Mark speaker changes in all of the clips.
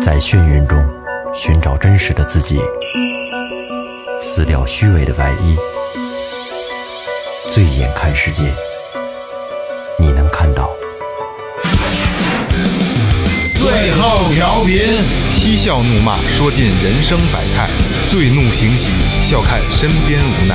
Speaker 1: 在眩晕中寻找真实的自己，撕掉虚伪的外衣，醉眼看世界，你能看到。
Speaker 2: 最后调频，
Speaker 3: 嬉笑怒骂，说尽人生百态；醉怒行喜，笑看身边无奈。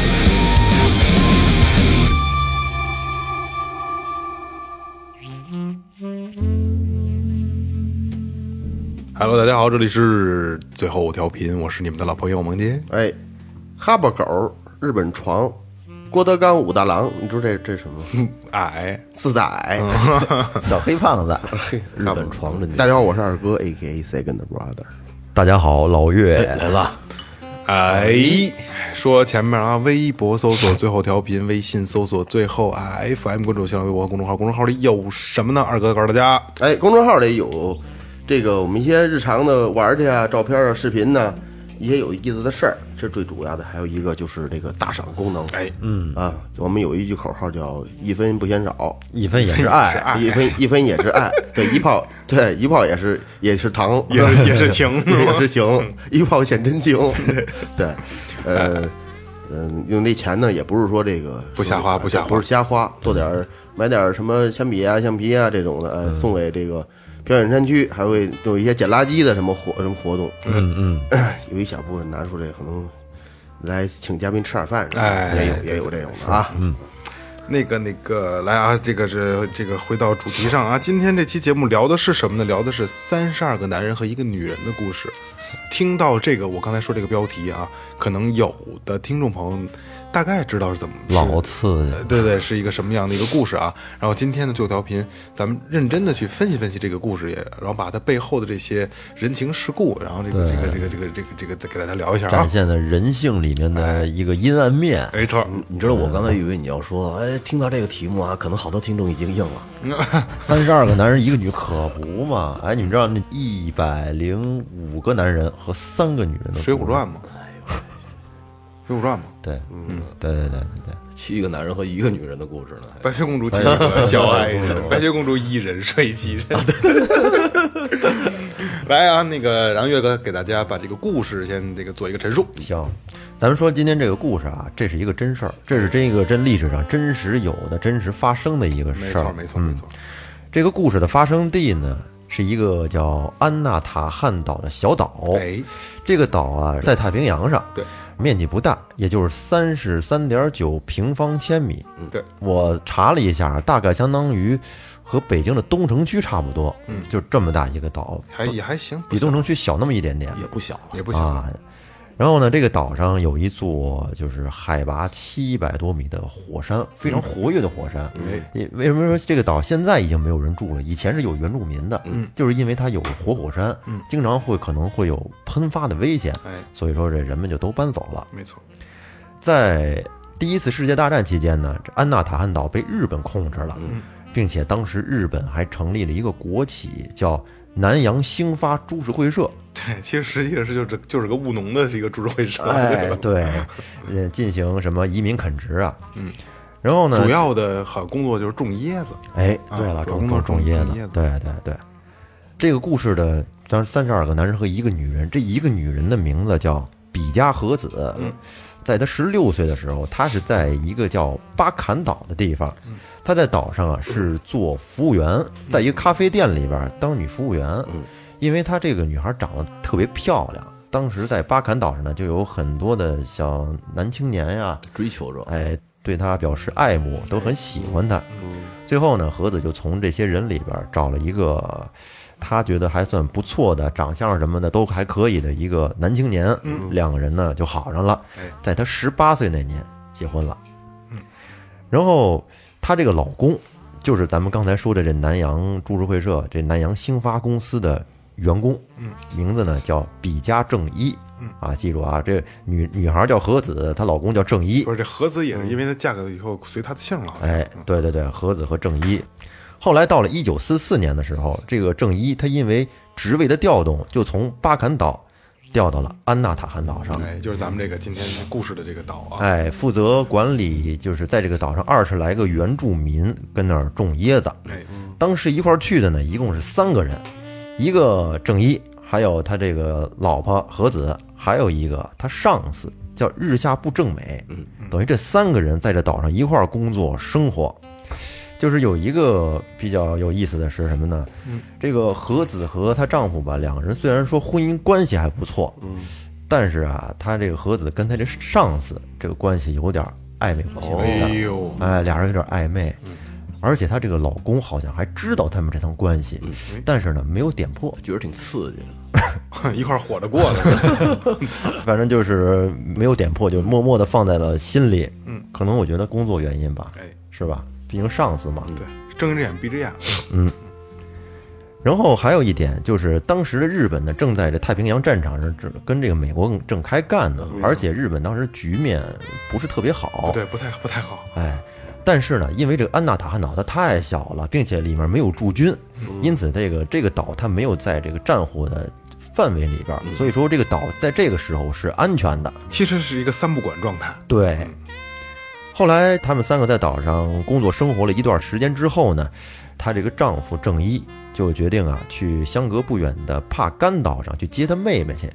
Speaker 3: Hello，大家好，这里是最后调频，我是你们的老朋友萌杰。
Speaker 4: 哎，哈巴狗、日本床、郭德纲、武大郎，你知道这这什么？
Speaker 3: 矮，
Speaker 4: 四大矮，
Speaker 5: 小黑胖子，
Speaker 4: 嘿，
Speaker 5: 嗯日
Speaker 4: 哈巴
Speaker 5: 本
Speaker 4: 狗
Speaker 5: 床的女嗯
Speaker 4: 大家好，我是二哥，A K A Second Brother。
Speaker 5: 大家好，老岳来了，
Speaker 3: 哎，说前面啊，微博搜索最后调频，微信搜索最后 FM，关注新浪微博和公众号，公众号里有什么呢？二哥告诉大家，
Speaker 4: 哎，公众号里有这个我们一些日常的玩去啊、照片啊、视频呢、一些有意思的事儿，这是最主要的。还有一个就是这个打赏功能。
Speaker 3: 哎，
Speaker 4: 嗯啊，我们有一句口号叫“一分不嫌少
Speaker 5: 一分也是爱，”，
Speaker 4: 一分一分也是爱，对，一炮对一炮也是也是糖，
Speaker 3: 也是 也是情，
Speaker 4: 也是
Speaker 3: 嗯
Speaker 4: 情，一炮显真情。对，呃，嗯，用这钱呢，也不是说这个
Speaker 3: 不瞎花
Speaker 4: 说
Speaker 3: 不瞎花
Speaker 4: 不是瞎花，做点儿买点儿什么铅笔啊、橡皮啊这种的，呃，
Speaker 3: 嗯
Speaker 4: 送给这个表演山区，还会有一些捡垃圾的什么活什么活动。嗯嗯， 有一小部分拿出来，可能来请嘉宾吃点饭什么的，
Speaker 3: 哎
Speaker 4: 也有也有这种的啊。嗯，
Speaker 3: 那个那个，来啊，这个是这个回到主题上啊，今天这期节目聊的是什么呢？聊的是三十二个男人和一个女人的故事。听到这个，我刚才说这个标题啊，可能有的听众朋友大概知道是怎么是
Speaker 5: 老刺激
Speaker 3: 呃
Speaker 5: 了，
Speaker 3: 对对，是一个什么样的一个故事啊？然后今天的最后调频，咱们认真的去分析分析这个故事也，然后把它背后的这些人情世故，然后这个这个这个这个这个这个再给大家聊一下
Speaker 5: 展
Speaker 3: 啊。
Speaker 5: 现的人性里面的一个阴暗面。
Speaker 3: 没错，
Speaker 6: 你知道我刚才以为你要说，哎，听到这个题目啊，可能好多听众已经硬了。
Speaker 5: 三十二个男人一个女，可不嘛？哎，你们知道那一百零五个男人和三个女人的
Speaker 3: 《水浒
Speaker 5: 故事
Speaker 3: 传》嘛，《水浒传》嘛，
Speaker 5: 对，嗯，对对对对对，
Speaker 6: 七个男人和一个女人的故事呢，
Speaker 3: 白雪公主体格小矮人，白雪公主啊一人睡七人。 来啊，那个，然后岳哥给大家把这个故事先这个做一个陈述。
Speaker 5: 行，咱们说今天这个故事啊，这是一个真事儿，这是这个真历史上真实有的、真实发生的一个
Speaker 3: 没
Speaker 5: 事
Speaker 3: 错，
Speaker 5: 儿。嗯
Speaker 3: 没错，没错。
Speaker 5: 这个故事的发生地呢，是一个叫安纳塔汉岛的小岛。
Speaker 3: 哎，
Speaker 5: 这个岛啊，在太平洋上，
Speaker 3: 对，
Speaker 5: 面积不大，也就是三十三点九平方千米。
Speaker 3: 对，
Speaker 5: 我查了一下，大概相当于和北京的东城区差不多。嗯，就这么大一个岛，
Speaker 3: 还也还行，不
Speaker 5: 比东城区小那么一点点。
Speaker 6: 也不小了。
Speaker 3: 也不行。
Speaker 5: 啊。然后呢，这个岛上有一座就是海拔七百多米的火山，非常活跃的火山。
Speaker 3: 哎嗯
Speaker 5: 也为什么说这个岛现在已经没有人住了？以前是有原住民的，就是因为它有活火山，经常会可能会有喷发的危险，
Speaker 3: 哎，
Speaker 5: 所以说这人们就都搬走了。
Speaker 3: 没错，
Speaker 5: 在第一次世界大战期间呢，这安纳塔汉岛被日本控制了，并且当时日本还成立了一个国企，叫南洋兴发株式会社。
Speaker 3: 对，其实实际上是就是就是个务农的这个株式会社，
Speaker 5: 哎
Speaker 3: 对，吧？
Speaker 5: 对，呃，进行什么移民垦殖啊，嗯，然后呢，
Speaker 3: 主要的好工作就是种椰子，
Speaker 5: 哎，
Speaker 3: 啊
Speaker 5: 对了，
Speaker 3: 主要
Speaker 5: 种
Speaker 3: 工作
Speaker 5: 种种
Speaker 3: 种
Speaker 5: 椰
Speaker 3: 种
Speaker 5: 子
Speaker 3: 椰子，
Speaker 5: 对对对，这个故事的当三十二个男人和一个女人，这一个女人的名字叫比嘉和子，在她十六岁的时候，她是在一个叫巴坎岛的地方，她在岛上啊是做服务员，在一个咖啡店里边儿当女服务员，因为她这个女孩长得特别漂亮。当时在巴坎岛上呢，就有很多的小男青年呀、
Speaker 6: 追求者，
Speaker 5: 哎，对他表示爱慕，都很喜欢他。最后呢，和子就从这些人里边找了一个他觉得还算不错的，长相什么的都还可以的一个男青年。两个人呢就好上了
Speaker 3: 哎，
Speaker 5: 在他十八岁那年结婚了。然后她这个老公就是咱们刚才说的这南洋株式会社这南洋兴发公司的员工，名字呢叫比嘉正一。啊，记住啊，这女女孩叫和子，她老公叫正一
Speaker 3: 不。是这和子也是因为她嫁给他以后随他的姓了，好像嗯
Speaker 5: 哎，对对对，和子和正一。后来到了一九四四年的时候，这个正一他因为职位的调动，就从巴坎岛调到了安纳塔汉岛上，
Speaker 3: 哎，就是咱们这个今天故事的这个岛啊，
Speaker 5: 哎，负责管理就是在这个岛上二十来个原住民跟那儿种椰子。
Speaker 3: 哎，
Speaker 5: 当时一块儿去的呢，一共是三个人，一个正一，还有他这个老婆和子，还有一个他上司叫日下部正美，等于这三个人在这岛上一块儿工作生活。就是有一个比较有意思的是什么呢？这个和子和她丈夫吧，两个人虽然说婚姻关系还不错，但是啊，她这个和子跟她这上司这个关系有点暧昧不清的，
Speaker 2: 哎呦，
Speaker 5: 哎，俩人有点暧昧，而且她这个老公好像还知道他们这层关系，但是呢没有点破，
Speaker 6: 觉得挺刺激 的。
Speaker 3: 一块儿火着过的，
Speaker 5: 反正就是没有点破，就默默的放在了心里。嗯，可能我觉得工作原因吧，
Speaker 3: 哎，
Speaker 5: 是吧？毕竟上司嘛。
Speaker 3: 对，睁着眼闭着眼，
Speaker 5: 然后还有一点就是，当时的日本呢正在这太平洋战场上正跟这个美国正开干呢，而且日本当时局面不是特别好。
Speaker 3: 对，不太不太好，
Speaker 5: 哎，但是呢，因为这个安纳塔汉岛它太小了，并且里面没有驻军，因此这个这个岛它没有在这个战火的范围里边儿，所以说这个岛在这个时候是安全的。
Speaker 3: 其实是一个三不管状态。
Speaker 5: 对。后来他们三个在岛上工作生活了一段时间之后呢，她这个丈夫正一就决定啊去相隔不远的帕干岛上去接她妹妹去，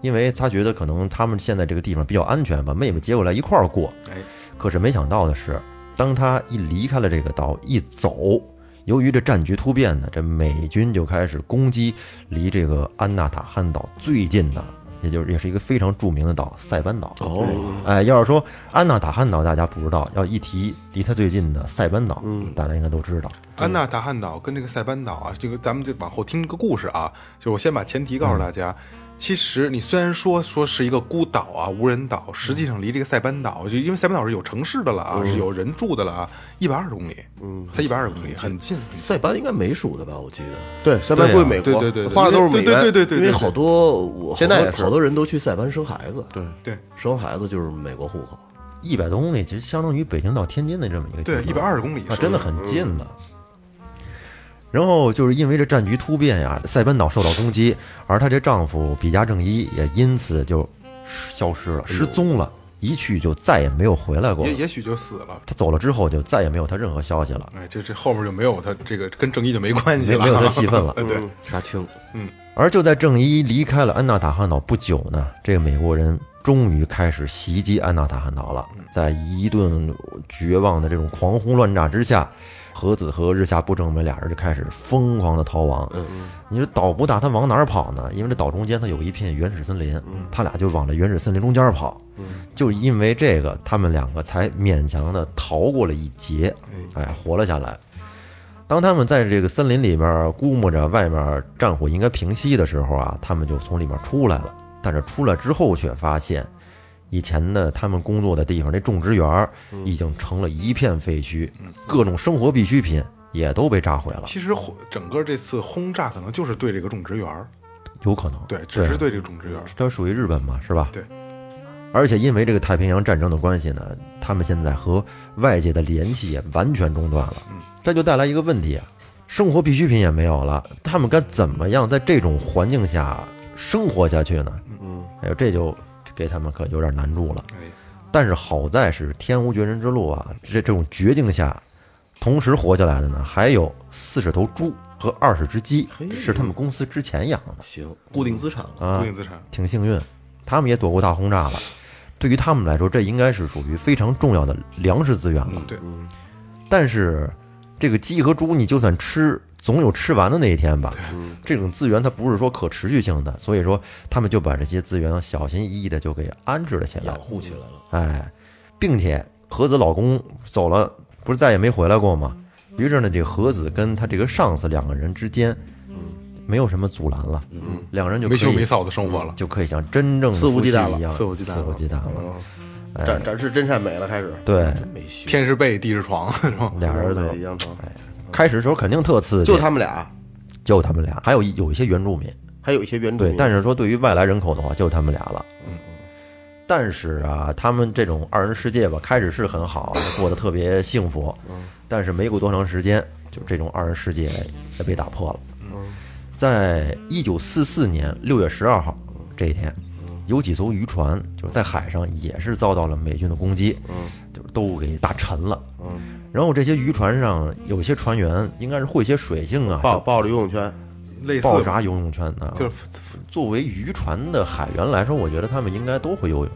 Speaker 5: 因为他觉得可能他们现在这个地方比较安全，把妹妹接过来一块儿过。
Speaker 3: 哎，
Speaker 5: 可是没想到的是，当他一离开了这个岛，一走，由于这战局突变呢，这美军就开始攻击离这个安纳塔汉岛最近的，也就是也是一个非常著名的岛——塞班岛。哦，哎，要是说安纳塔汉岛大家不知道，要一提离它最近的塞班岛，大家应该都知道。
Speaker 3: 安纳达汉岛跟这个塞班岛啊，这个咱们就往后听个故事啊，就是我先把前提告诉大家。其实你虽然说说是一个孤岛啊，无人岛，实际上离这个塞班岛，就因为塞班岛是有城市的了啊，是有人住的了啊，一百二十公里，嗯，才一百二十公里，很近，很近
Speaker 6: 塞班应该没数的吧？我记得，
Speaker 4: 对，三班
Speaker 5: 对啊
Speaker 4: 归美
Speaker 3: 对
Speaker 4: 国，
Speaker 3: 对对，对
Speaker 4: 花的都是美
Speaker 3: 对
Speaker 4: 元，
Speaker 3: 对对对对，
Speaker 6: 因为
Speaker 3: 对
Speaker 6: 好多我
Speaker 4: 现在也
Speaker 6: 好
Speaker 4: 是
Speaker 6: 多好多人都去塞班生孩子，
Speaker 4: 对
Speaker 3: 对
Speaker 6: 生孩子就是美国户口。
Speaker 5: 一百多公里，其实相当于北京到天津的这么一个距离
Speaker 3: 对120公里
Speaker 5: 啊，
Speaker 3: 是
Speaker 5: 真的很近了。然后就是因为这战局突变呀，塞班岛受到攻击，而她这丈夫比嘉正一也因此就消失了，失踪了，一去就再也没有回来过
Speaker 3: 也。也许就死了。
Speaker 5: 她走了之后，就再也没有她任何消息了，
Speaker 3: 哎，这这后面就没有他这个跟正义就没关系
Speaker 5: 没
Speaker 3: 了，。
Speaker 5: 没有她戏份了 嗯
Speaker 3: 对，
Speaker 6: 杀青，
Speaker 5: 而就在正一离开了安纳塔汉岛不久呢，这个美国人终于开始袭击安纳塔汉岛了。在一顿绝望的这种狂轰乱炸之下，和子和日下不正美俩人就开始疯狂的逃亡。你说岛不大，他往哪儿跑呢？因为这岛中间它有一片原始森林，他俩就往这原始森林中间跑。就因为这个，他们两个才勉强的逃过了一劫，哎，活了下来。当他们在这个森林里面估摸着外面战火应该平息的时候啊，他们就从里面出来了。但是出来之后，却发现以前呢，他们工作的地方那种植园儿已经成了一片废墟，各种生活必需品也都被炸毁了，
Speaker 3: 其实轰整个这次轰炸可能就是对这个种植园儿，
Speaker 5: 有可能
Speaker 3: 对，只是对这个种植园儿，
Speaker 5: 这属于日本嘛，是吧？
Speaker 3: 对。
Speaker 5: 而且因为这个太平洋战争的关系呢，他们现在和外界的联系也完全中断了。这就带来一个问题啊，生活必需品也没有了，他们该怎么样在这种环境下生活下去呢？嗯，哎呦，这就给他们可有点难住了。
Speaker 3: 哎，
Speaker 5: 但是好在是天无绝人之路啊，这这种绝境下，同时活下来的呢，还有四十头猪和二十只鸡，是他们公司之前养的。
Speaker 4: 嗯
Speaker 6: 行，固定资产了。
Speaker 5: 啊
Speaker 3: 固哎定资产，
Speaker 5: 挺幸运，他们也躲过大轰炸了。对于他们来说，这应该是属于非常重要的粮食资源了。
Speaker 3: 嗯，对，
Speaker 5: 但是，这个鸡和猪，你就算吃，总有吃完的那一天吧。这种资源它不是说可持续性的，所以说他们就把这些资源小心翼翼的就给安置了起来
Speaker 6: 养。护起来了，
Speaker 5: 哎，并且和子老公走了，不是再也没回来过吗？于是呢，这个和子跟她这个上司两个人之间，
Speaker 6: 嗯
Speaker 5: 没有什么阻拦了，两个人就可
Speaker 3: 没
Speaker 5: 以嗯
Speaker 3: 羞没臊的生活了，
Speaker 5: 就可以像真正的
Speaker 4: 肆无
Speaker 5: 夫
Speaker 4: 忌
Speaker 5: 妻
Speaker 4: 惮了嗯
Speaker 5: 一样
Speaker 3: 肆无忌惮了
Speaker 5: 肆无忌惮了。
Speaker 4: 哎展展示真善美了，开始。
Speaker 5: 对，
Speaker 6: 没修。
Speaker 3: 天是被，地是床，是吧？
Speaker 5: 俩人都
Speaker 4: 一张床，
Speaker 6: 哎
Speaker 5: 开始的时候肯定特刺激，
Speaker 4: 嗯就他们俩，
Speaker 5: 就他们俩，还有一有一些原住民，
Speaker 4: 还有一些原住
Speaker 5: 对
Speaker 3: 嗯
Speaker 4: 民，，
Speaker 5: 但是说对于外来人口的话，就他们俩了。但是啊，他们这种二人世界吧，开始是很好，过得特别幸福，
Speaker 3: 嗯
Speaker 5: 但是没过多长时间，就这种二人世界也被打破了。
Speaker 3: 嗯
Speaker 5: 在一九四四年六月十二号
Speaker 3: 嗯
Speaker 5: 这一天，有几艘渔船就是在海上也是遭到了美军的攻击，
Speaker 3: 嗯
Speaker 5: 就是都给打沉了。然后这些渔船上有些船员应该是会一些水性啊，
Speaker 4: 抱抱着游泳圈，
Speaker 3: 类似
Speaker 5: 爆啥游泳圈呢？啊
Speaker 3: 就是
Speaker 5: 作为渔船的海员来说，我觉得他们应该都会游泳。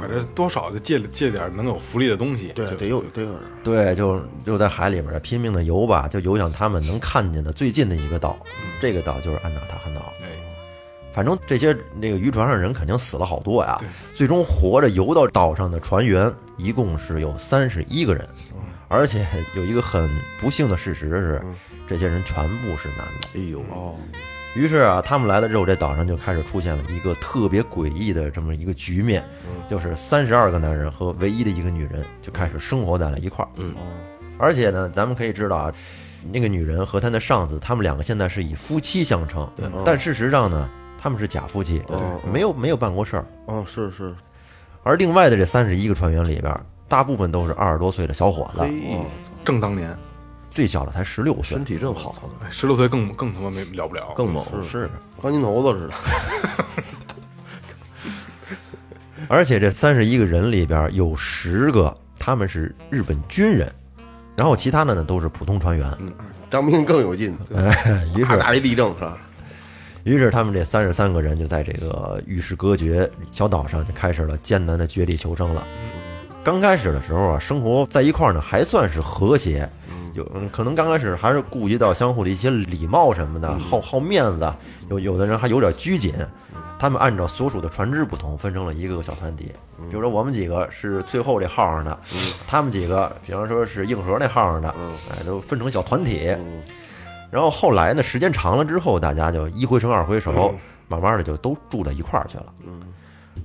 Speaker 3: 反正多少就借借点能有福利的东西。
Speaker 4: 对，得有得有人。
Speaker 5: 对，就就在海里边儿拼命的游吧，就游向他们能看见的最近的一个岛，这个岛就是安纳塔汉岛。
Speaker 3: 哎，
Speaker 5: 反正这些那个渔船上人肯定死了好多呀
Speaker 3: 对，
Speaker 5: 最终活着游到岛上的船员一共是有三十一个人，而且有一个很不幸的事实是，这些人全部是男的。
Speaker 6: 哎呦，
Speaker 3: 哦，
Speaker 5: 于是啊，他们来了之后，这岛上就开始出现了一个特别诡异的这么一个局面，就是三十二个男人和唯一的一个女人就开始生活在了一块儿。嗯，
Speaker 6: 哦
Speaker 5: 而且呢，咱们可以知道啊，那个女人和她的上司，他们两个现在是以夫妻相称，
Speaker 3: 嗯
Speaker 5: 但事实上呢，他们是假夫妻，
Speaker 6: 哦
Speaker 5: 没有没有办过事儿。
Speaker 4: 嗯，是是，
Speaker 5: 而另外的这三十一个船员里边，大部分都是二十多岁的小伙子，
Speaker 3: 正当年，哎
Speaker 5: 最小的才十六岁
Speaker 6: 身。体正好，
Speaker 4: 哎
Speaker 3: 十六岁更更他妈没了不了，
Speaker 6: 更猛，
Speaker 5: 是，
Speaker 4: 钢筋头子似的。
Speaker 5: 而且这三十一个人里边有十个他们是日本军人，然后其他的呢都是普通船员。
Speaker 4: 当兵更有 劲，
Speaker 5: 于
Speaker 4: 大
Speaker 5: 是，
Speaker 4: 大力力正是吧？
Speaker 5: 于是他们这三十三个人就在这个与世隔绝小岛上就开始了艰难的绝地求生了。刚开始的时候啊，生活在一块儿呢还算是和谐，有嗯可能刚开始还是顾及到相互的一些礼貌什么的，好好面子，有有的人还有点拘谨。他们按照所属的船只不同，分成了一个个小团体。比如说，我们几个是最后这号上的，他们几个，比方说是硬核那号上的，哎，都分成小团体。然后后来呢，时间长了之后，大家就一回生二回熟，慢慢的就都住在一块儿去了。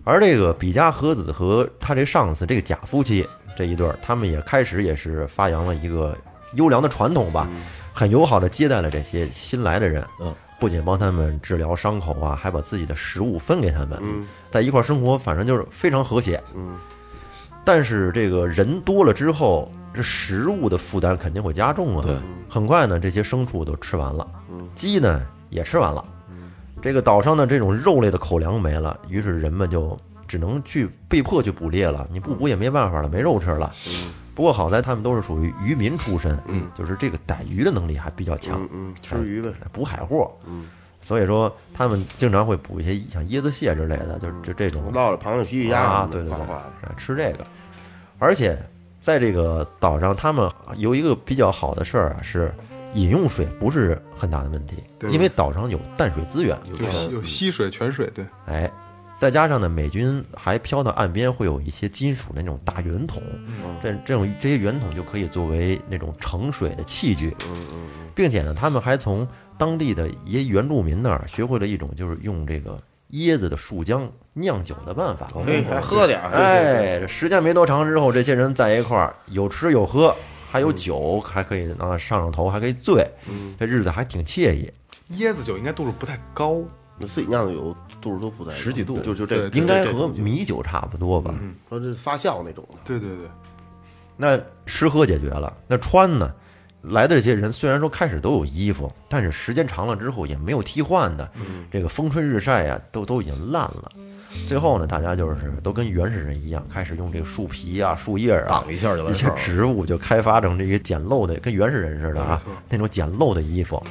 Speaker 5: 而这个比嘉和子和他这上司这个假夫妻这一对儿，他们也开始也是发扬了一个优良的传统吧，很友好的接待了这些新来的人。嗯，不仅帮他们治疗伤口啊，还把自己的食物分给他们。嗯，在一块儿生活，反正就是非常和谐。嗯，但是这个人多了之后，这食物的负担肯定会加重啊。对，很快呢，这些牲畜都吃完了，鸡呢也吃完了。这个岛上的这种肉类的口粮没了，于是人们就只能去被迫去捕猎了。你不捕也没办法了，没肉吃了。不过好在他们都是属于渔民出身，嗯，就是这个逮鱼的能力还比较强，
Speaker 4: 嗯，吃鱼呗。
Speaker 5: 捕海货，嗯，所以说他们经常会捕一些像椰子蟹之类的，就是这这种
Speaker 4: 落了螃蟹、皮皮鸭
Speaker 5: 啊
Speaker 4: 什，
Speaker 5: 对
Speaker 4: 么的
Speaker 5: 对对
Speaker 4: 哗哗的，
Speaker 5: 吃这个。而且在这个岛上，他们有一个比较好的事儿啊，是饮用水不是很大的问题，
Speaker 3: 对
Speaker 5: 因为岛上有淡水资源，
Speaker 3: 有溪有溪水、泉水，对，
Speaker 5: 哎，再加上呢，美军还飘到岸边会有一些金属的那种大圆筒，这这种这些圆筒就可以作为那种盛水的器具，并且呢，他们还从当地的一些原住民那儿学会了一种就是用这个椰子的树浆酿酒的办法。
Speaker 6: 嗯
Speaker 4: 嘿，还喝点儿，嘿，
Speaker 5: 哎，时间没多长之后，这些人在一块儿有吃有喝，还有酒，还可以啊上上头，还可以醉，这日子还挺惬意。
Speaker 3: 椰子酒应该度数不太高，
Speaker 4: 那自己酿的有度数都不在
Speaker 6: 十几度
Speaker 4: 就就这，
Speaker 5: 应该
Speaker 4: 这
Speaker 5: 和米酒差不多吧？
Speaker 4: 说这发酵那种的，
Speaker 3: 对对对，
Speaker 5: 那吃喝解决了，那穿呢？来的这些人虽然说开始都有衣服，但是时间长了之后也没有替换的，这个风吹日晒呀、都都已经烂了。最后呢，大家就是都跟原始人一样，开始用这个树皮啊、树叶啊
Speaker 6: 挡一下就
Speaker 5: 一
Speaker 6: 完事
Speaker 5: 些
Speaker 6: 儿了。
Speaker 5: 植物就开发成这个简陋的，跟原始人似的啊，那种简陋的衣服。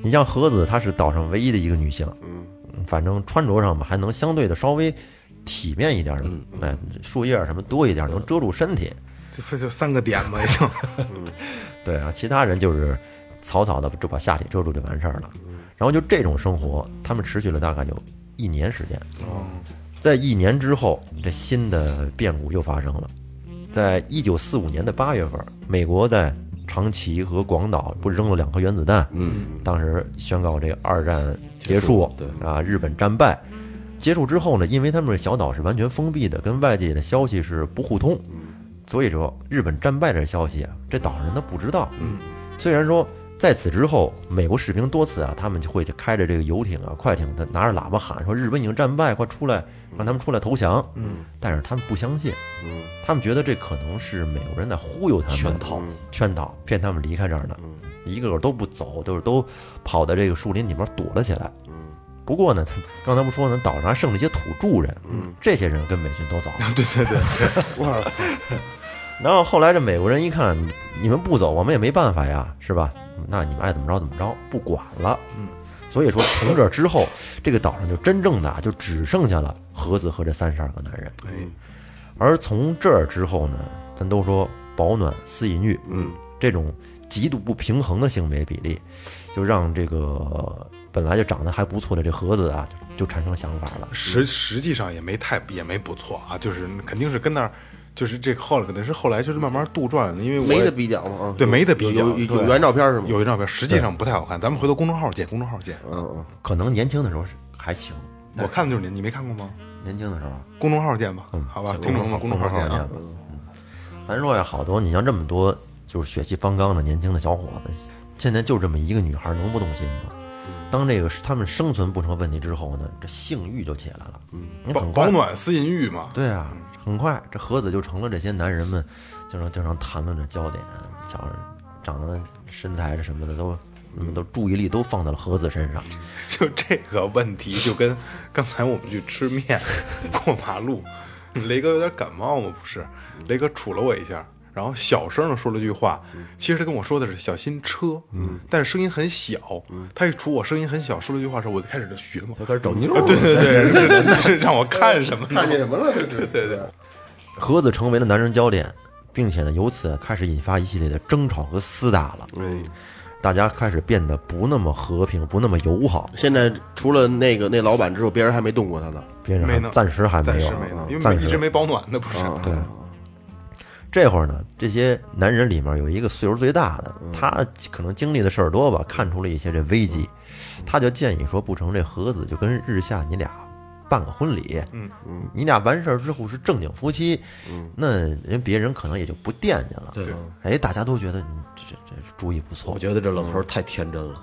Speaker 5: 你像和子，她是岛上唯一的一个女性，嗯，反正穿着上吧，还能相对的稍微体面一点的，哎，树叶什么多一点，能遮住身体。
Speaker 3: 这不就三个点嘛，已经。
Speaker 5: 对啊，其他人就是草草的就把下体遮住就完事儿了。然后就这种生活，他们持续了大概有一年时间。在一年之后，这新的变故又发生了。在一九四五年的八月份，美国在长崎和广岛不是扔了两颗原子弹？嗯，当时宣告这个二战结束，对啊，日本战败。结束之后呢，因为他们小岛是完全封闭的，跟外界的消息是不互通，所以说日本战败这消息啊，这岛上人他不知道。嗯，虽然说在此之后，美国士兵多次啊，他们就会开着这个游艇啊、快艇，他拿着喇叭喊说日本已经战败，快出来，让他们出来投降。嗯，但是他们不相信，嗯，他们觉得这可能是美国人在忽悠他们，
Speaker 6: 圈套，嗯
Speaker 5: 圈套，骗他们离开这儿呢。一个个都不走，就是都跑到这个树林里面躲了起来。
Speaker 6: 嗯
Speaker 5: 不过呢，他刚才不说呢，岛上还剩了一些土著人，
Speaker 6: 嗯
Speaker 5: 这些人跟美军都走了。
Speaker 3: 对对对，
Speaker 4: 哇塞，
Speaker 5: 然后后来这美国人一看，你们不走，我们也没办法呀，是吧？那你们爱怎么着怎么着，不管了。嗯，所以说，从这之后，这个岛上就真正的啊，就只剩下了和子和这三十二个男人。而从这儿之后呢，咱都说保暖思淫欲，嗯，这种极度不平衡的性别比例，就让这个本来就长得还不错的这盒子啊，就就产生想法了。
Speaker 3: 实实际上也没太也没不错啊，就是肯定是跟那儿，就是这个后来可能是后来就是慢慢杜撰的，因为我
Speaker 4: 没
Speaker 3: 也
Speaker 4: 得比较嘛，啊
Speaker 3: 对没得比
Speaker 4: 有
Speaker 3: 较
Speaker 4: 有有有
Speaker 3: 对
Speaker 4: 原照片是吗？嗯
Speaker 3: 有一张照片，实际上不太好看，咱们回头公众号见，公众号见。
Speaker 5: 可能年轻的时候是还行，
Speaker 3: 我看的就是你，你没看过吗？
Speaker 5: 年轻的时候，啊
Speaker 3: 公众号见吧，好吧，听众们，嗯公众号见啊。
Speaker 5: 嗯，咱说呀，好多你像这么多就是血气方刚的年轻的小伙子，现在就这么一个女孩，能不动心吗？
Speaker 3: 嗯
Speaker 5: 当这个是他们生存不成问题之后呢，这性欲就起来了。嗯，你
Speaker 3: 保
Speaker 5: 很快
Speaker 3: 保暖思淫欲嘛，
Speaker 5: 对啊，很快这盒子就成了这些男人们经常经常谈论的焦点。小长得身材什么的都，你们都注意力都放在了盒子身上。
Speaker 3: 就这个问题，就跟刚才我们去吃面过马路，雷哥有点感冒嘛，不是？雷哥杵了我一下，然后小声的说了句话，其实他跟我说的是小心车，嗯，但是声音很小，
Speaker 5: 嗯
Speaker 3: 他一杵我声音很小，说了句话的时候，我就开始就寻嘛，
Speaker 6: 开始找妞
Speaker 3: 啊对对对，是是让我看什么呢？
Speaker 4: 看见什么了？这是对对
Speaker 5: 盒子成为了男人焦点，并且呢，由此开始引发一系列的争吵和厮打了。嗯，大家开始变得不那么和平，不那么友好，
Speaker 4: 现在除了那个那老板之后，别人还没动过他呢。
Speaker 5: 别人
Speaker 3: 没
Speaker 5: 还
Speaker 3: 呢
Speaker 5: 暂时还
Speaker 3: 暂
Speaker 5: 没有
Speaker 3: 时没呢
Speaker 5: 啊，
Speaker 3: 因为
Speaker 5: 暂
Speaker 3: 没
Speaker 5: 时
Speaker 3: 一直没保暖呢，不是？对，
Speaker 5: 这会儿呢，这些男人里面有一个岁数最大的，
Speaker 3: 嗯
Speaker 5: 他可能经历的事儿多吧，看出了一些这危机，他就建议说，不成这和子就跟日下你俩办个婚礼，嗯嗯，你俩完事儿之后是正经夫妻，嗯，那人别人可能也就不惦记了，
Speaker 6: 对，
Speaker 5: 哎，大家都觉得你这这这主意不错
Speaker 6: 我，觉得这老头
Speaker 5: 嗯
Speaker 6: 儿太天真了，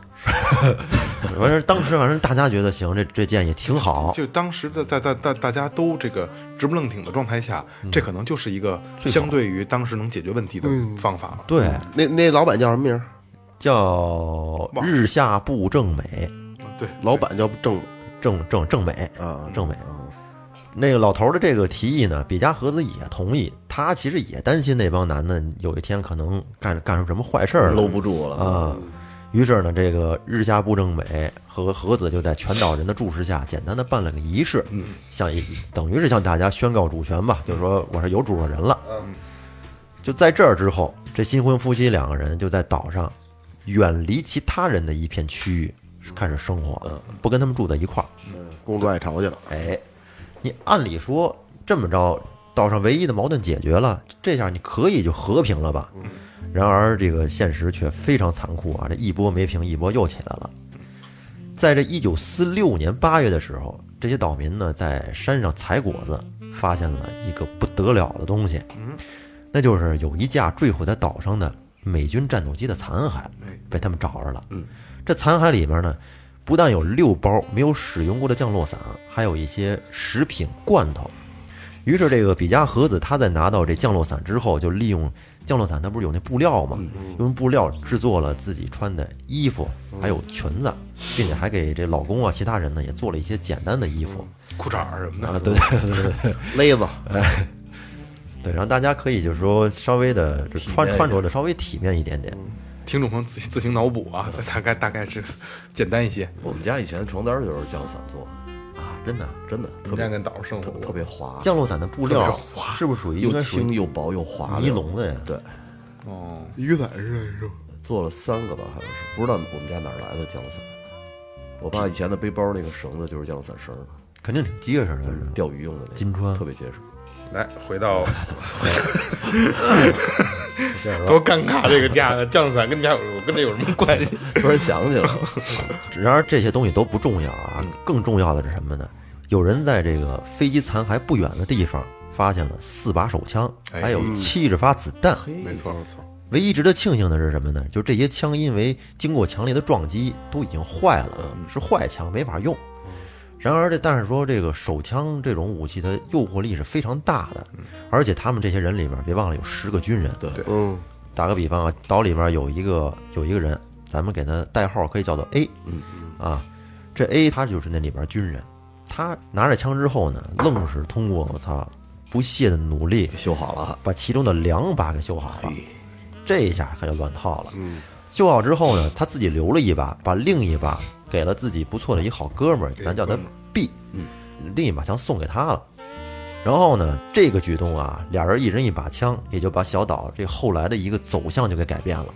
Speaker 5: 完事儿当时反正大家觉得行，这这建议挺好，
Speaker 3: 就当时在在在在大家都这个直不愣挺的状态下，
Speaker 5: 嗯
Speaker 3: 这可能就是一个相对于当时能解决问题的
Speaker 5: 嗯
Speaker 3: 方法了。
Speaker 5: 对，
Speaker 4: 那那老板叫什么名儿？
Speaker 5: 叫日下部正美，
Speaker 3: 对，
Speaker 4: 老板叫郑
Speaker 5: 正正正美
Speaker 4: 啊
Speaker 5: 正美。那个老头儿的这个提议呢，比加和子也同意。他其实也担心那帮男的有一天可能干干出什么坏事儿来
Speaker 6: 搂不住了。
Speaker 5: 嗯啊。于是呢，这个日下部正美和和子就在全岛人的注视下，简单的办了个仪式，向一等于是向大家宣告主权吧，就是说我是有主人了。就在这儿之后，这新婚夫妻两个人就在岛上，远离其他人的一片区域开始生活，不跟他们住在一块儿。
Speaker 4: 公主爱巢去了。
Speaker 5: 哎，你按理说这么着，岛上唯一的矛盾解决了，这下你可以就和平了吧？然而这个现实却非常残酷啊！这一波没平，一波又起来了。在这一九四六年八月的时候，这些岛民呢在山上采果子，发现了一个不得了的东西，那就是有一架坠毁在岛上的美军战斗机的残骸
Speaker 3: 哎，
Speaker 5: 被他们找着了。这残骸里面呢，不但有六包没有使用过的降落伞，还有一些食品罐头。于是，这个比加和子他在拿到这降落伞之后，就利用降落伞，它不是有那布料
Speaker 6: 嗯
Speaker 5: 吗？用布料制作了自己穿的衣服，还有裙子，并且还给这老公啊、其他人呢也做了一些简单的衣服。
Speaker 3: 裤衩儿什么的，
Speaker 5: 对
Speaker 4: 勒子
Speaker 5: 对，让大家可以就是说稍微的就穿
Speaker 6: 嗯体面一点嗯
Speaker 5: 穿着的稍微体面一点点。
Speaker 3: 听众朋友自己自行脑补啊，大概大概是简单一些。
Speaker 6: 我们家以前床单儿就是降落伞做的，
Speaker 5: 啊，真的，
Speaker 6: 真的
Speaker 3: 你
Speaker 6: 特
Speaker 3: 们家
Speaker 6: 别
Speaker 3: 跟岛上生活
Speaker 6: 特特别滑，
Speaker 5: 降落伞的布料是不是属于应
Speaker 6: 又
Speaker 5: 该属
Speaker 6: 轻
Speaker 5: 于啊
Speaker 6: 又薄又滑，
Speaker 5: 尼龙的呀？
Speaker 6: 对，
Speaker 3: 哦，雨伞是吧？
Speaker 6: 做了三个吧，好像是，不知道我们家哪儿来的降落伞。我爸以前的背包那个绳子就是降落伞绳儿，
Speaker 5: 肯定挺结实的。是吧
Speaker 6: 钓鱼用的那个，
Speaker 5: 金川
Speaker 6: 特别结实。
Speaker 3: 来，回到多尴尬这个架子，降落伞跟你家有跟这有什么关系？
Speaker 6: 突然想起来了，
Speaker 5: 然而这些东西都不重要啊，更重要的是什么呢？有人在这个飞机残骸不远的地方发现了四把手枪，
Speaker 3: 哎
Speaker 5: 还有七十发子弹。
Speaker 3: 没错，没错。
Speaker 5: 唯一值得庆幸的是什么呢？就这些枪因为经过强烈的撞击都已经坏了，是坏枪，没法用。然而这但是说这个手枪这种武器的诱惑力是非常大的，而且他们这些人里面别忘了有十个军人。
Speaker 6: 对
Speaker 3: 对
Speaker 4: 嗯，
Speaker 5: 打个比方啊，岛里边有一个有一个人，咱们给他代号可以叫做 A，啊，这 A 他就是那里边军人，他拿着枪之后呢，愣是通过我操不懈的努力，
Speaker 6: 修好 了，
Speaker 5: 把其中的两把给修好了，
Speaker 3: 嗯
Speaker 5: 这一下可就乱套了。修好之后呢，他自己留了一把，把另一把给了自己不错的一好哥们儿，
Speaker 3: 给
Speaker 5: 咱叫
Speaker 3: 哥
Speaker 5: 他
Speaker 3: 们儿
Speaker 5: B，嗯，另一把枪送给他了。然后呢，这个举动啊，俩人一人一把枪，也就把小岛这后来的一个走向就给改变了。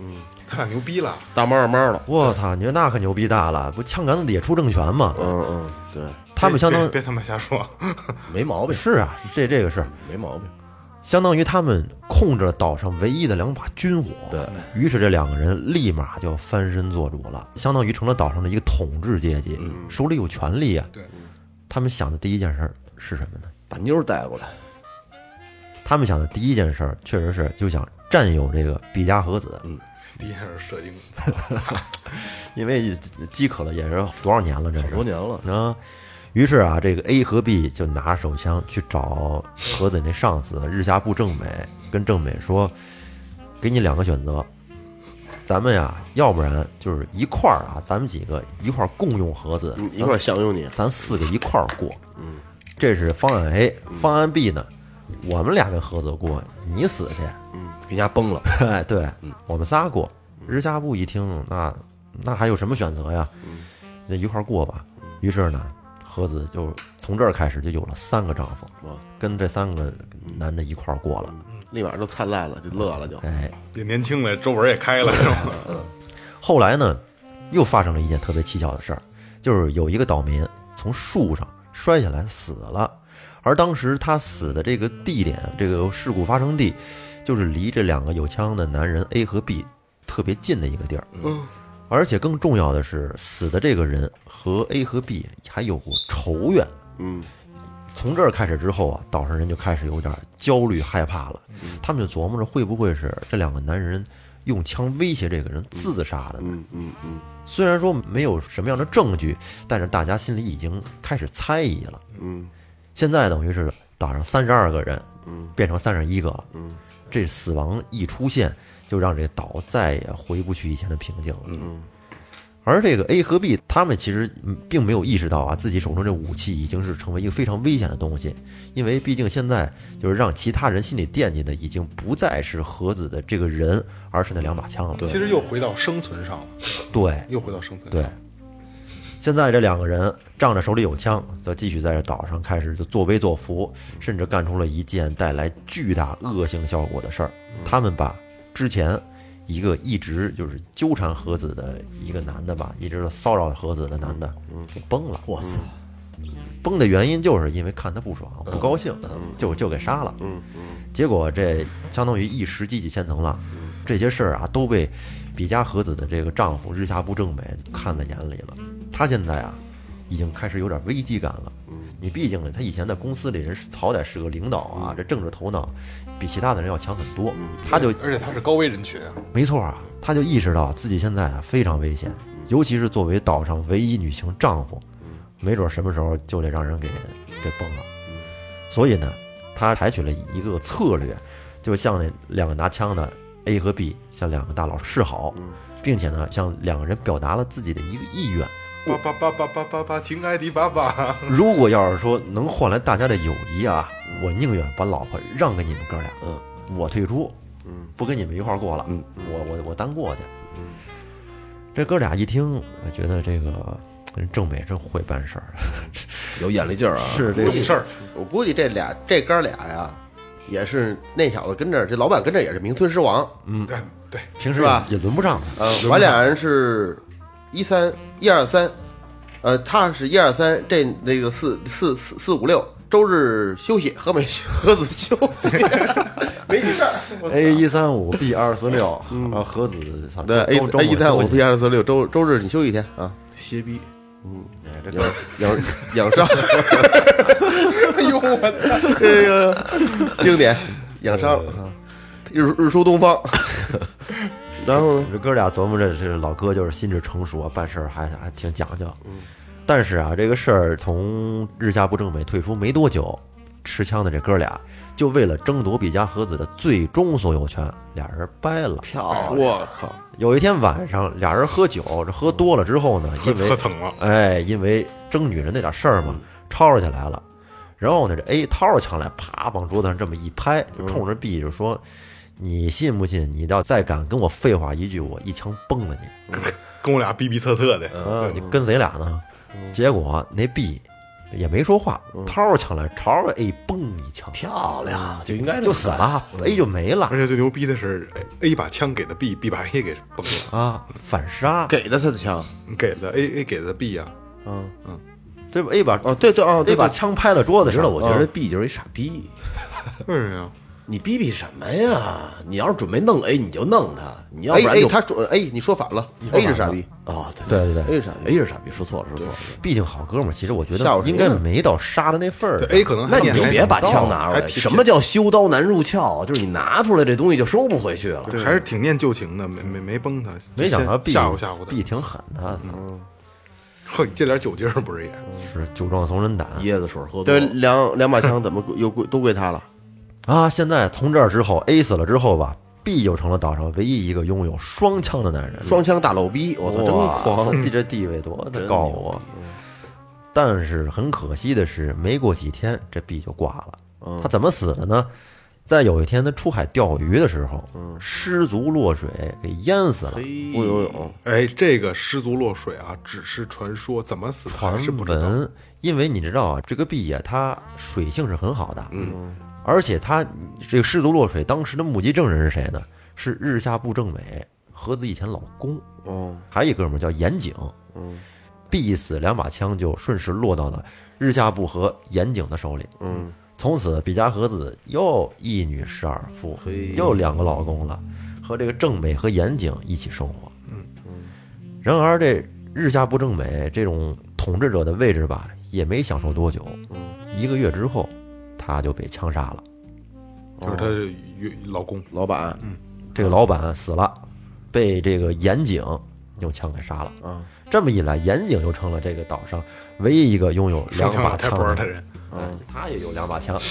Speaker 3: 他俩牛逼了，
Speaker 4: 大猫二猫了，
Speaker 5: 我操，你说那可牛逼大了，不枪杆子也出政权嘛？
Speaker 4: 嗯嗯，对，
Speaker 5: 他们相当
Speaker 3: 别别他妈瞎说，
Speaker 6: 没毛病，
Speaker 5: 是啊，这这个是
Speaker 6: 没毛病。
Speaker 5: 相当于他们控制了岛上唯一的两把军火。
Speaker 6: 对
Speaker 5: 于是这两个人立马就翻身做主了，相当于成了岛上的一个统治阶级，手里有权力啊。
Speaker 3: 对，
Speaker 5: 他们想的第一件事儿是什么呢？
Speaker 6: 把妞儿带过来，
Speaker 5: 他们想的第一件事儿确实是就想占有这个毕加和子，
Speaker 3: 第一下是射精，
Speaker 5: 因为饥渴了也是多少年了，这是
Speaker 6: 好多年了，
Speaker 5: 啊。于是啊，这个 A 和 B 就拿手枪去找和子那上司日下部正美，跟正美说：“给你两个选择，咱们呀，要不然就是一块儿啊，咱们几个一块儿共用和子，
Speaker 4: 嗯一块儿享用你，
Speaker 5: 咱四个一块儿过。”嗯，这是方案 A。方案 B 呢，我们俩跟和子过，你死去。
Speaker 6: 给人家崩了，
Speaker 5: 哎，对，我们仨过。日下部一听，那那还有什么选择呀？那一块儿过吧。于是呢，和子就从这儿开始就有了三个丈夫，跟这三个男的一块儿过了。
Speaker 4: 立马就灿烂了，就乐了就，
Speaker 5: 哎，
Speaker 3: 也年轻了，皱纹也开了，是吧？
Speaker 5: 后来呢，又发生了一件特别蹊跷的事儿，就是有一个岛民从树上摔下来死了，而当时他死的这个地点，这个事故发生地，就是离这两个有枪的男人 A 和 B 特别近的一个地儿。嗯。而且更重要的是，死的这个人和 A 和 B 还有过仇怨。
Speaker 4: 嗯，
Speaker 5: 从这儿开始之后啊，岛上人就开始有点焦虑害怕了，他们就琢磨着会不会是这两个男人用枪威胁这个人自杀的呢？
Speaker 4: 嗯嗯嗯，
Speaker 5: 虽然说没有什么样的证据，但是大家心里已经开始猜疑了。
Speaker 4: 嗯，
Speaker 5: 现在等于是岛上三十二个人，嗯，变成三十一个了。嗯，这死亡一出现，就让这岛再也回不去以前的平静了。嗯，而这个 A 和 B 他们其实嗯并没有意识到啊，自己手中这武器已经是成为一个非常危险的东西，因为毕竟现在就是让其他人心里惦记的已经不再是和子的这个人，而是那两把枪了。
Speaker 3: 其实又回到生存上了，
Speaker 5: 对，
Speaker 3: 又回到生存上
Speaker 5: 对，现在这两个人仗着手里有枪，则继续在这岛上开始就作威作福，甚至干出了一件带来巨大恶性效果的事儿。他们把之前一个一直就是纠缠和子的一个男的吧，一直骚扰和子的男的给崩了。我操！崩的原因就是因为看他不爽，不高兴，就就给杀了。嗯结果这相当于一石激起千层浪，这些事儿啊都被比嘉和子的这个丈夫日下部正美看在眼里了。他现在啊，已经开始有点危机感了。你毕竟他以前在公司里人是好歹是个领导啊，这政治头脑比其他的人要强很多。他就
Speaker 3: 而且他是高危人群啊，
Speaker 5: 没错啊，他就意识到自己现在啊非常危险，尤其是作为岛上唯一女性丈夫，没准什么时候就得让人给给崩了。所以呢，他采取了一个策略，就向那两个拿枪的 A 和 B 向两个大佬示好，并且呢向两个人表达了自己的一个意愿。
Speaker 3: 爸爸爸爸爸爸爸，亲爱的爸爸，
Speaker 5: 如果要是说能换来大家的友谊啊，我宁愿把老婆让给你们哥俩，
Speaker 6: 嗯，
Speaker 5: 我退出，嗯，不跟你们一块儿过了，嗯，我我我单过去。
Speaker 4: 嗯
Speaker 5: 这哥俩一听，我觉得这个人郑美真会办事儿，
Speaker 6: 有眼力劲儿啊！
Speaker 5: 是这
Speaker 3: 有事儿，
Speaker 4: 我估计这俩这哥俩呀，也是那小子跟这儿，这老板跟这儿也是名存实亡，
Speaker 3: 对对，
Speaker 5: 平时
Speaker 4: 是吧
Speaker 5: 也轮不上他，
Speaker 4: 呃，我俩人是一三一二三，呃，他是一二三，这那个四四四四五六，周日休息，和美 和子休息，没你事儿。我嗯
Speaker 5: A 一三五 B 二四六，然后和子操
Speaker 4: 对，A
Speaker 5: 周周
Speaker 4: A 一三
Speaker 5: 末
Speaker 4: 五
Speaker 5: 休息
Speaker 4: B 二四六，周周日你休息一天啊，嗯
Speaker 6: 歇逼，
Speaker 4: 养养养伤。 哎呦我操！这个经典养伤啊，日日出东 方。然后呢？
Speaker 5: 这哥俩琢磨着，这老哥就是心智成熟啊，办事儿还还挺讲究。
Speaker 3: 嗯
Speaker 5: 但是啊，这个事儿从日下部正美退出没多久，持枪的这哥俩就为了争夺比嘉和子的最终所有权，俩人掰了。
Speaker 6: 漂亮！
Speaker 4: 哎我靠！
Speaker 5: 有一天晚上，俩人喝酒，这喝多了之后呢，
Speaker 3: 喝
Speaker 5: 因为
Speaker 3: 喝蹭了，
Speaker 5: 哎，因为争女人那点事儿嘛，吵吵起来了。然后呢，这 A 掏出枪来，啪往桌子上这么一拍，就冲
Speaker 3: 嗯
Speaker 5: 着 B 就说：“你信不信？你要再敢跟我废话一句，我一枪崩了你！”
Speaker 3: 跟我俩逼逼测测的，
Speaker 5: 嗯，你跟谁俩呢？结果那 B 也没说话，掏出枪来朝着 A 嘣一枪，嗯
Speaker 6: 漂亮，就应该
Speaker 5: 就死了，A 就没了
Speaker 3: 而且最牛逼的是哎，A 把枪给的 B，B 把 A 给崩了，
Speaker 5: 啊！反杀，
Speaker 4: 给的他的枪，
Speaker 3: 给了 A，A 给的 B 啊呀、
Speaker 5: 对吧？A 把
Speaker 4: 哦，对对哦，对
Speaker 5: A 把
Speaker 4: 吧？
Speaker 5: 枪拍到桌子
Speaker 6: 知
Speaker 5: 上嗯
Speaker 6: 道，
Speaker 5: 了，
Speaker 6: 我觉得 B 就是一傻逼。
Speaker 3: 为什么呀？
Speaker 6: 你逼逼什么呀？你要是准备弄 A，你就弄他；你要
Speaker 4: A
Speaker 6: 不然
Speaker 4: A，
Speaker 6: 就
Speaker 4: 哎他说 A，你说反了，A 是傻逼
Speaker 6: 哦，
Speaker 5: 对
Speaker 6: 对
Speaker 5: 对对，
Speaker 4: ，A 是傻逼，
Speaker 6: ，A 是傻逼，说错了，说错了。
Speaker 5: 毕竟好哥们儿，其实我觉
Speaker 4: 吓
Speaker 5: 得
Speaker 4: 我谁
Speaker 5: 应
Speaker 4: 呢
Speaker 5: 该没到杀的嗯那份儿
Speaker 3: 对。，A 可能还
Speaker 6: 那你就
Speaker 3: 还
Speaker 6: 别把枪拿出
Speaker 3: 还
Speaker 6: 来。
Speaker 3: 挺
Speaker 6: 什么叫修刀难入鞘？啊就是你拿出来这东西就收不回去了。
Speaker 3: 对，还是挺念旧情的，没没没崩他，
Speaker 5: 没想到 B
Speaker 3: 吓唬吓唬他
Speaker 5: B，挺狠的，嗯
Speaker 3: 呵，你借点酒劲儿不是也？
Speaker 5: 是酒壮怂人胆
Speaker 6: 椰子水喝多
Speaker 4: 对，
Speaker 6: 了，
Speaker 4: 两两把枪怎么归又归都归他了？
Speaker 5: 啊！现在从这儿之后，A 死了之后吧，B 就成了岛上唯一一个拥有双枪的男人。
Speaker 4: 双枪大老逼，我操，真狂！
Speaker 5: 狂，这地位多高啊！但是很可惜的是，没过几天，这 B 就挂了。他怎么死的呢？在有一天他出海钓鱼的时候，失足落水给淹死了。
Speaker 4: 不游泳，
Speaker 3: 哎，这个失足落水啊，只是传说，怎么死的还
Speaker 5: 传
Speaker 3: 是不知道。
Speaker 5: 闻，因为你知道啊，这个 B 呀、它水性是很好的，嗯，而且它这个失足落水，当时的目击证人是谁呢？是日下部政委和子以前老公，
Speaker 4: 哦，
Speaker 5: 还有一哥们儿叫岩井，嗯，B
Speaker 3: 哦
Speaker 5: 死两把枪就顺势落到了日下部和岩井的手里，嗯，从此比嘉和子又一女侍二夫，又两个老公了，和这个政美和岩井一起生活，嗯然而这日下部政美这种统治者的位置吧，也没享受多久，一个月之后他就被枪杀了，
Speaker 3: 就是她原老公，
Speaker 4: 老板，
Speaker 5: 这个老板死了，被这个岩井用枪给杀了。
Speaker 4: 啊，
Speaker 5: 这么一来，岩井又成了这个岛上唯一一个拥有两
Speaker 3: 双枪
Speaker 5: 把
Speaker 3: 打太
Speaker 5: 枪
Speaker 3: 波
Speaker 5: 的
Speaker 3: 的
Speaker 5: 人。
Speaker 3: 人，
Speaker 5: 哎
Speaker 4: 嗯
Speaker 5: 他也有两把枪，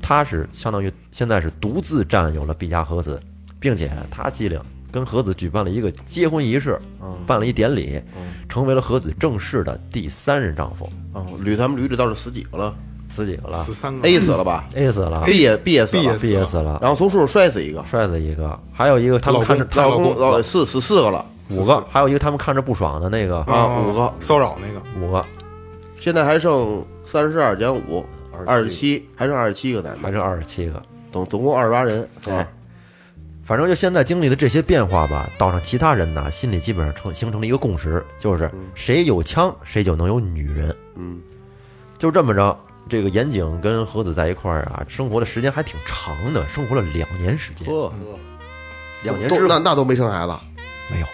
Speaker 5: 他是相当于现在是独自占有了毕加和子，并且他机灵，跟和子举办了一个结婚仪式，
Speaker 4: 嗯
Speaker 5: 办了一典礼，成为了和子正式的第三任丈夫。
Speaker 4: 哦，捋咱们捋捋到这死几个了
Speaker 5: 死几个了
Speaker 3: 死三个
Speaker 4: ？A 死了哎吧
Speaker 5: 啊？A 死了
Speaker 4: ？A 也 B 也死
Speaker 3: B
Speaker 4: 了
Speaker 3: 也
Speaker 5: ，B 也啊死了，
Speaker 4: 然后从树上摔死一个，
Speaker 5: 摔死一个，还有一个他们看着他
Speaker 4: 老
Speaker 5: 们
Speaker 4: 公老四死四个了
Speaker 5: 五个，还有一个他们看着不爽的那个
Speaker 4: 啊，五个，
Speaker 3: 骚扰那个，
Speaker 5: 五个，
Speaker 4: 现在还剩三十二减五，二十七，还剩二十七个男
Speaker 5: 还
Speaker 4: 的，
Speaker 5: 剩二十七个。
Speaker 4: 总总共二十八人，哎，
Speaker 5: 反正就现在经历的这些变化吧，岛上其他人呢心里基本上成形成了一个共识，就是谁有枪谁就能有女人。嗯，就这么着，这个岩井跟和子在一块儿啊，生活的时间还挺长的，生活了两年时间，
Speaker 4: 呵，
Speaker 5: 两年
Speaker 4: 都
Speaker 5: 之后
Speaker 4: 那那都没生孩子，
Speaker 5: 没有。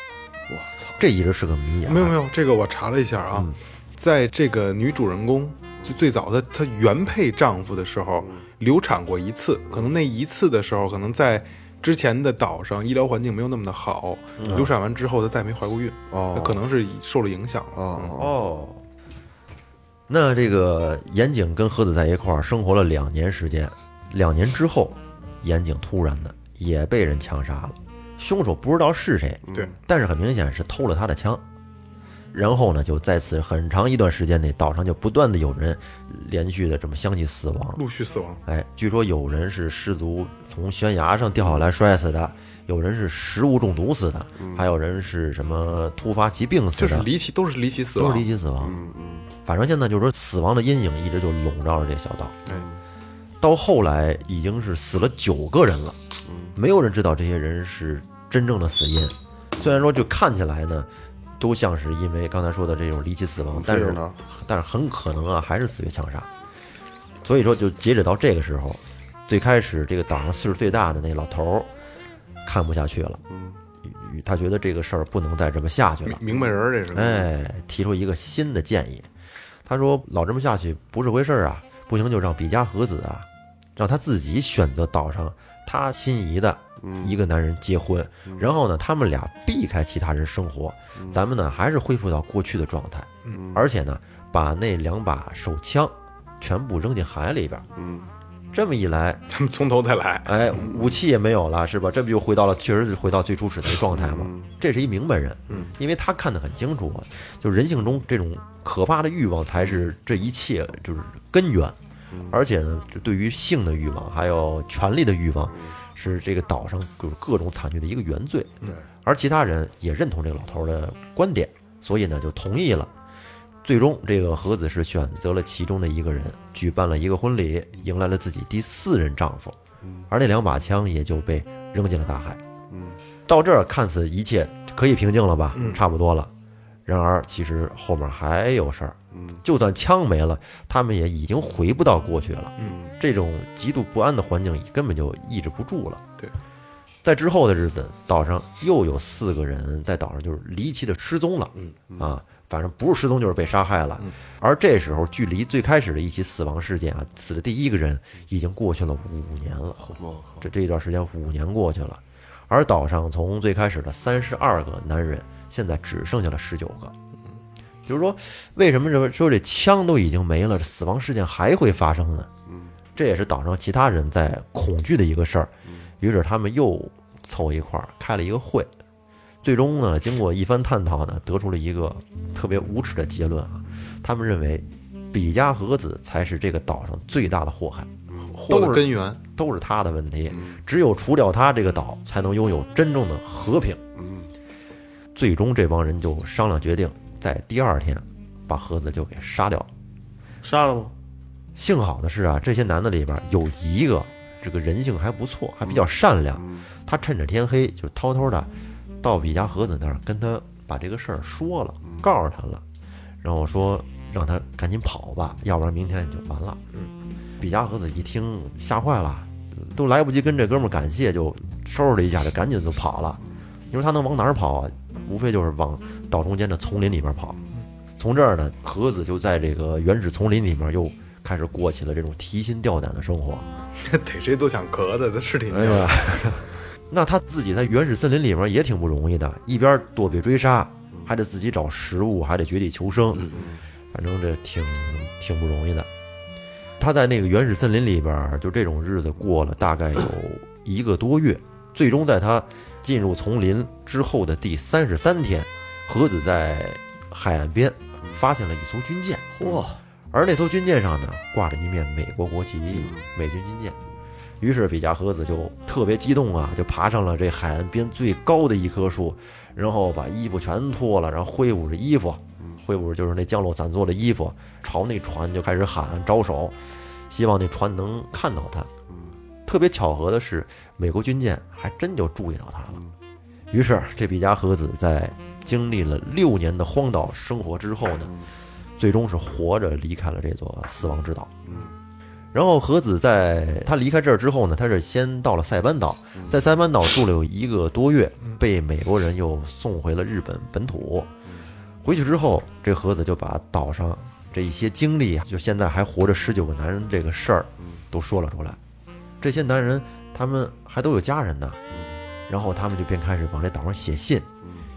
Speaker 5: 我操，哎这一直是个谜啊！
Speaker 3: 没有没有，这个我查了一下啊，
Speaker 5: 嗯
Speaker 3: 在这个女主人公就最早的她原配丈夫的时候
Speaker 5: 嗯
Speaker 3: 流产过一次，可能那一次的时候，可能在之前的岛上医疗环境没有那么的好，
Speaker 5: 嗯
Speaker 3: 流产完之后她再没怀过孕，
Speaker 4: 哦
Speaker 3: 她可能是受了影响了。嗯
Speaker 4: 哦，
Speaker 5: 哦。那这个岩井跟和子在一块儿生活了两年时间，两年之后，岩井突然的也被人枪杀了，凶手不知道是谁，
Speaker 3: 对，
Speaker 5: 但是很明显是偷了他的枪。然后呢，就在此很长一段时间内，岛上就不断的有人连续的这么相继死亡。
Speaker 3: 陆续死亡。
Speaker 5: 哎，据说有人是失足从悬崖上掉下来摔死的，有人是食物中毒死的，还有人是什么突发疾病死
Speaker 3: 就是
Speaker 5: 的，
Speaker 3: 离奇，都是离奇死
Speaker 5: 都
Speaker 3: 亡，
Speaker 5: 是离奇死亡。嗯嗯，反正现在就是说，死亡的阴影一直就笼罩着这个小岛。到后来已经是死了九个人了，没有人知道这些人是真正的死因。虽然说就看起来呢，都像是因为刚才说的这种离奇死亡，但
Speaker 4: 非
Speaker 5: 是
Speaker 4: 常常
Speaker 5: 但是很可能啊还是死于枪杀。所以说，就截止到这个时候，最开始这个岛上岁数最大的那老头儿看不下去了，与他觉得这个事儿不能再这么下去了
Speaker 3: 明，明白人儿这是。，
Speaker 5: 哎，提出一个新的建议。他说：“老这么下去不是回事儿啊，不行就让比嘉和子啊，让他自己选择岛上他心仪的一个男人结婚，然后呢，他们俩避开其他人生活，咱们呢还是恢复到过去的状态，而且呢，把那两把手枪全部扔进海里边。嗯，这么一来，
Speaker 3: 他们从头再来。
Speaker 5: 哎，武器也没有了，是吧？这不就回到了，确实是回到最初始的状态吗？这是一明白人，嗯，因为他看得很清楚啊，就是人性中这种可怕的欲望才是这一切就是根源，而且呢，就对于性的欲望还有权力的欲望，是这个岛上就是各种惨剧的一个原罪。而其他人也认同这个老头儿的观点，所以呢就同意了。最终，这个和子是选择了其中的一个人，举办了一个婚礼，迎来了自己第四任丈夫，而那两把枪也就被扔进了大海。到这儿看似一切可以平静了吧，差不多了。然而，其实后面还有事儿。就算枪没了，他们也已经回不到过去了。
Speaker 3: 嗯，
Speaker 5: 这种极度不安的环境根本就抑制不住了。
Speaker 3: 对，
Speaker 5: 在之后的日子，岛上又有四个人在岛上就是离奇的失踪了。嗯啊，反正不是失踪就是被杀害了。而这时候，距离最开始的一起死亡事件啊，死的第一个人已经过去了五年了。这这一段时间五年过去了，而岛上从最开始的三十二个男人，现在只剩下了十九个。就是说，为什么这说这枪都已经没了，这死亡事件还会发生呢？这也是岛上其他人在恐惧的一个事儿。于是他们又凑一块儿开了一个会，最终呢，经过一番探讨呢，得出了一个特别无耻的结论啊。他们认为，比加和子才是这个岛上最大的祸害。
Speaker 3: 祸的根 源。
Speaker 5: 都是他的问题，只有除掉他，这个岛才能拥有真正的和平。嗯，最终这帮人就商量决定，在第二天把盒子就给杀掉了。
Speaker 4: 杀了吗？
Speaker 5: 幸好的是啊，这些男的里边有一个这个人性还不错，还比较善良，他趁着天黑就偷偷的到比加和子那儿跟他把这个事儿说了，告诉他了，然后说让他赶紧跑吧，要不然明天就完了。嗯，比加和子一听吓坏了，都来不及跟这哥们儿感谢，就收拾了一下，就赶紧就跑了。你说他能往哪儿跑啊？无非就是往岛中间的丛林里边跑。从这儿呢，和子就在这个原始丛林里面又开始过起了这种提心吊胆的生活。
Speaker 3: 逮谁都想咳的，这是挺
Speaker 5: 哎呀，那他自己在原始森林里面也挺不容易的，一边躲避追杀，还得自己找食物，还得绝地求生，反正这挺挺不容易的。他在那个原始森林里边儿，就这种日子过了大概有一个多月，最终在他进入丛林之后的第三十三天，和子在海岸边发现了一艘军舰，
Speaker 6: 嗯
Speaker 5: 嚯！而那艘军舰上呢，挂着一面美国国旗，美军军舰。于是比加和子就特别激动啊，就爬上了这海岸边最高的一棵树，然后把衣服全脱了，然后挥舞着衣服，挥舞着就是那降落伞做的衣服，朝那船就开始喊招手，希望那船能看到他。特别巧合的是，美国军舰还真就注意到他了。于是，这比加和子在经历了六年的荒岛生活之后呢，最终是活着离开了这座死亡之岛。然后和子在他离开这儿之后呢，他是先到了塞班岛，在塞班岛住了有一个多月，被美国人又送回了日本本土。回去之后，这和子就把岛上这一些经历，就现在还活着十九个男人这个事儿，都说了出来。这些男人他们还都有家人呢，然后他们就便开始往这岛上写信。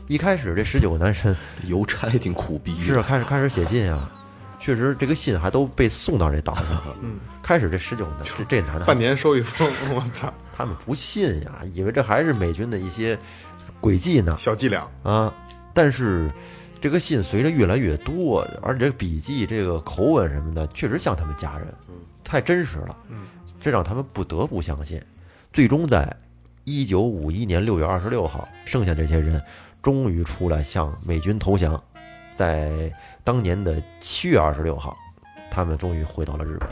Speaker 5: 一开始这十九个男人
Speaker 6: 邮差挺苦逼的，
Speaker 5: 是啊开始开始写信啊，确实这个信还都被送到这岛上了。嗯，开始这十九男这这男的还
Speaker 3: 半年收一封，我操，
Speaker 5: 他们不信呀，以为这还是美军的一些诡计呢
Speaker 3: 小伎俩。
Speaker 5: 啊！但是这个信随着越来越多，而且这个笔记、这个口吻什么的，确实像他们家人，太真实了，这让他们不得不相信。最终在一九五一年六月二十六号，剩下这些人终于出来向美军投降，在当年的七月二十六号，他们终于回到了日本。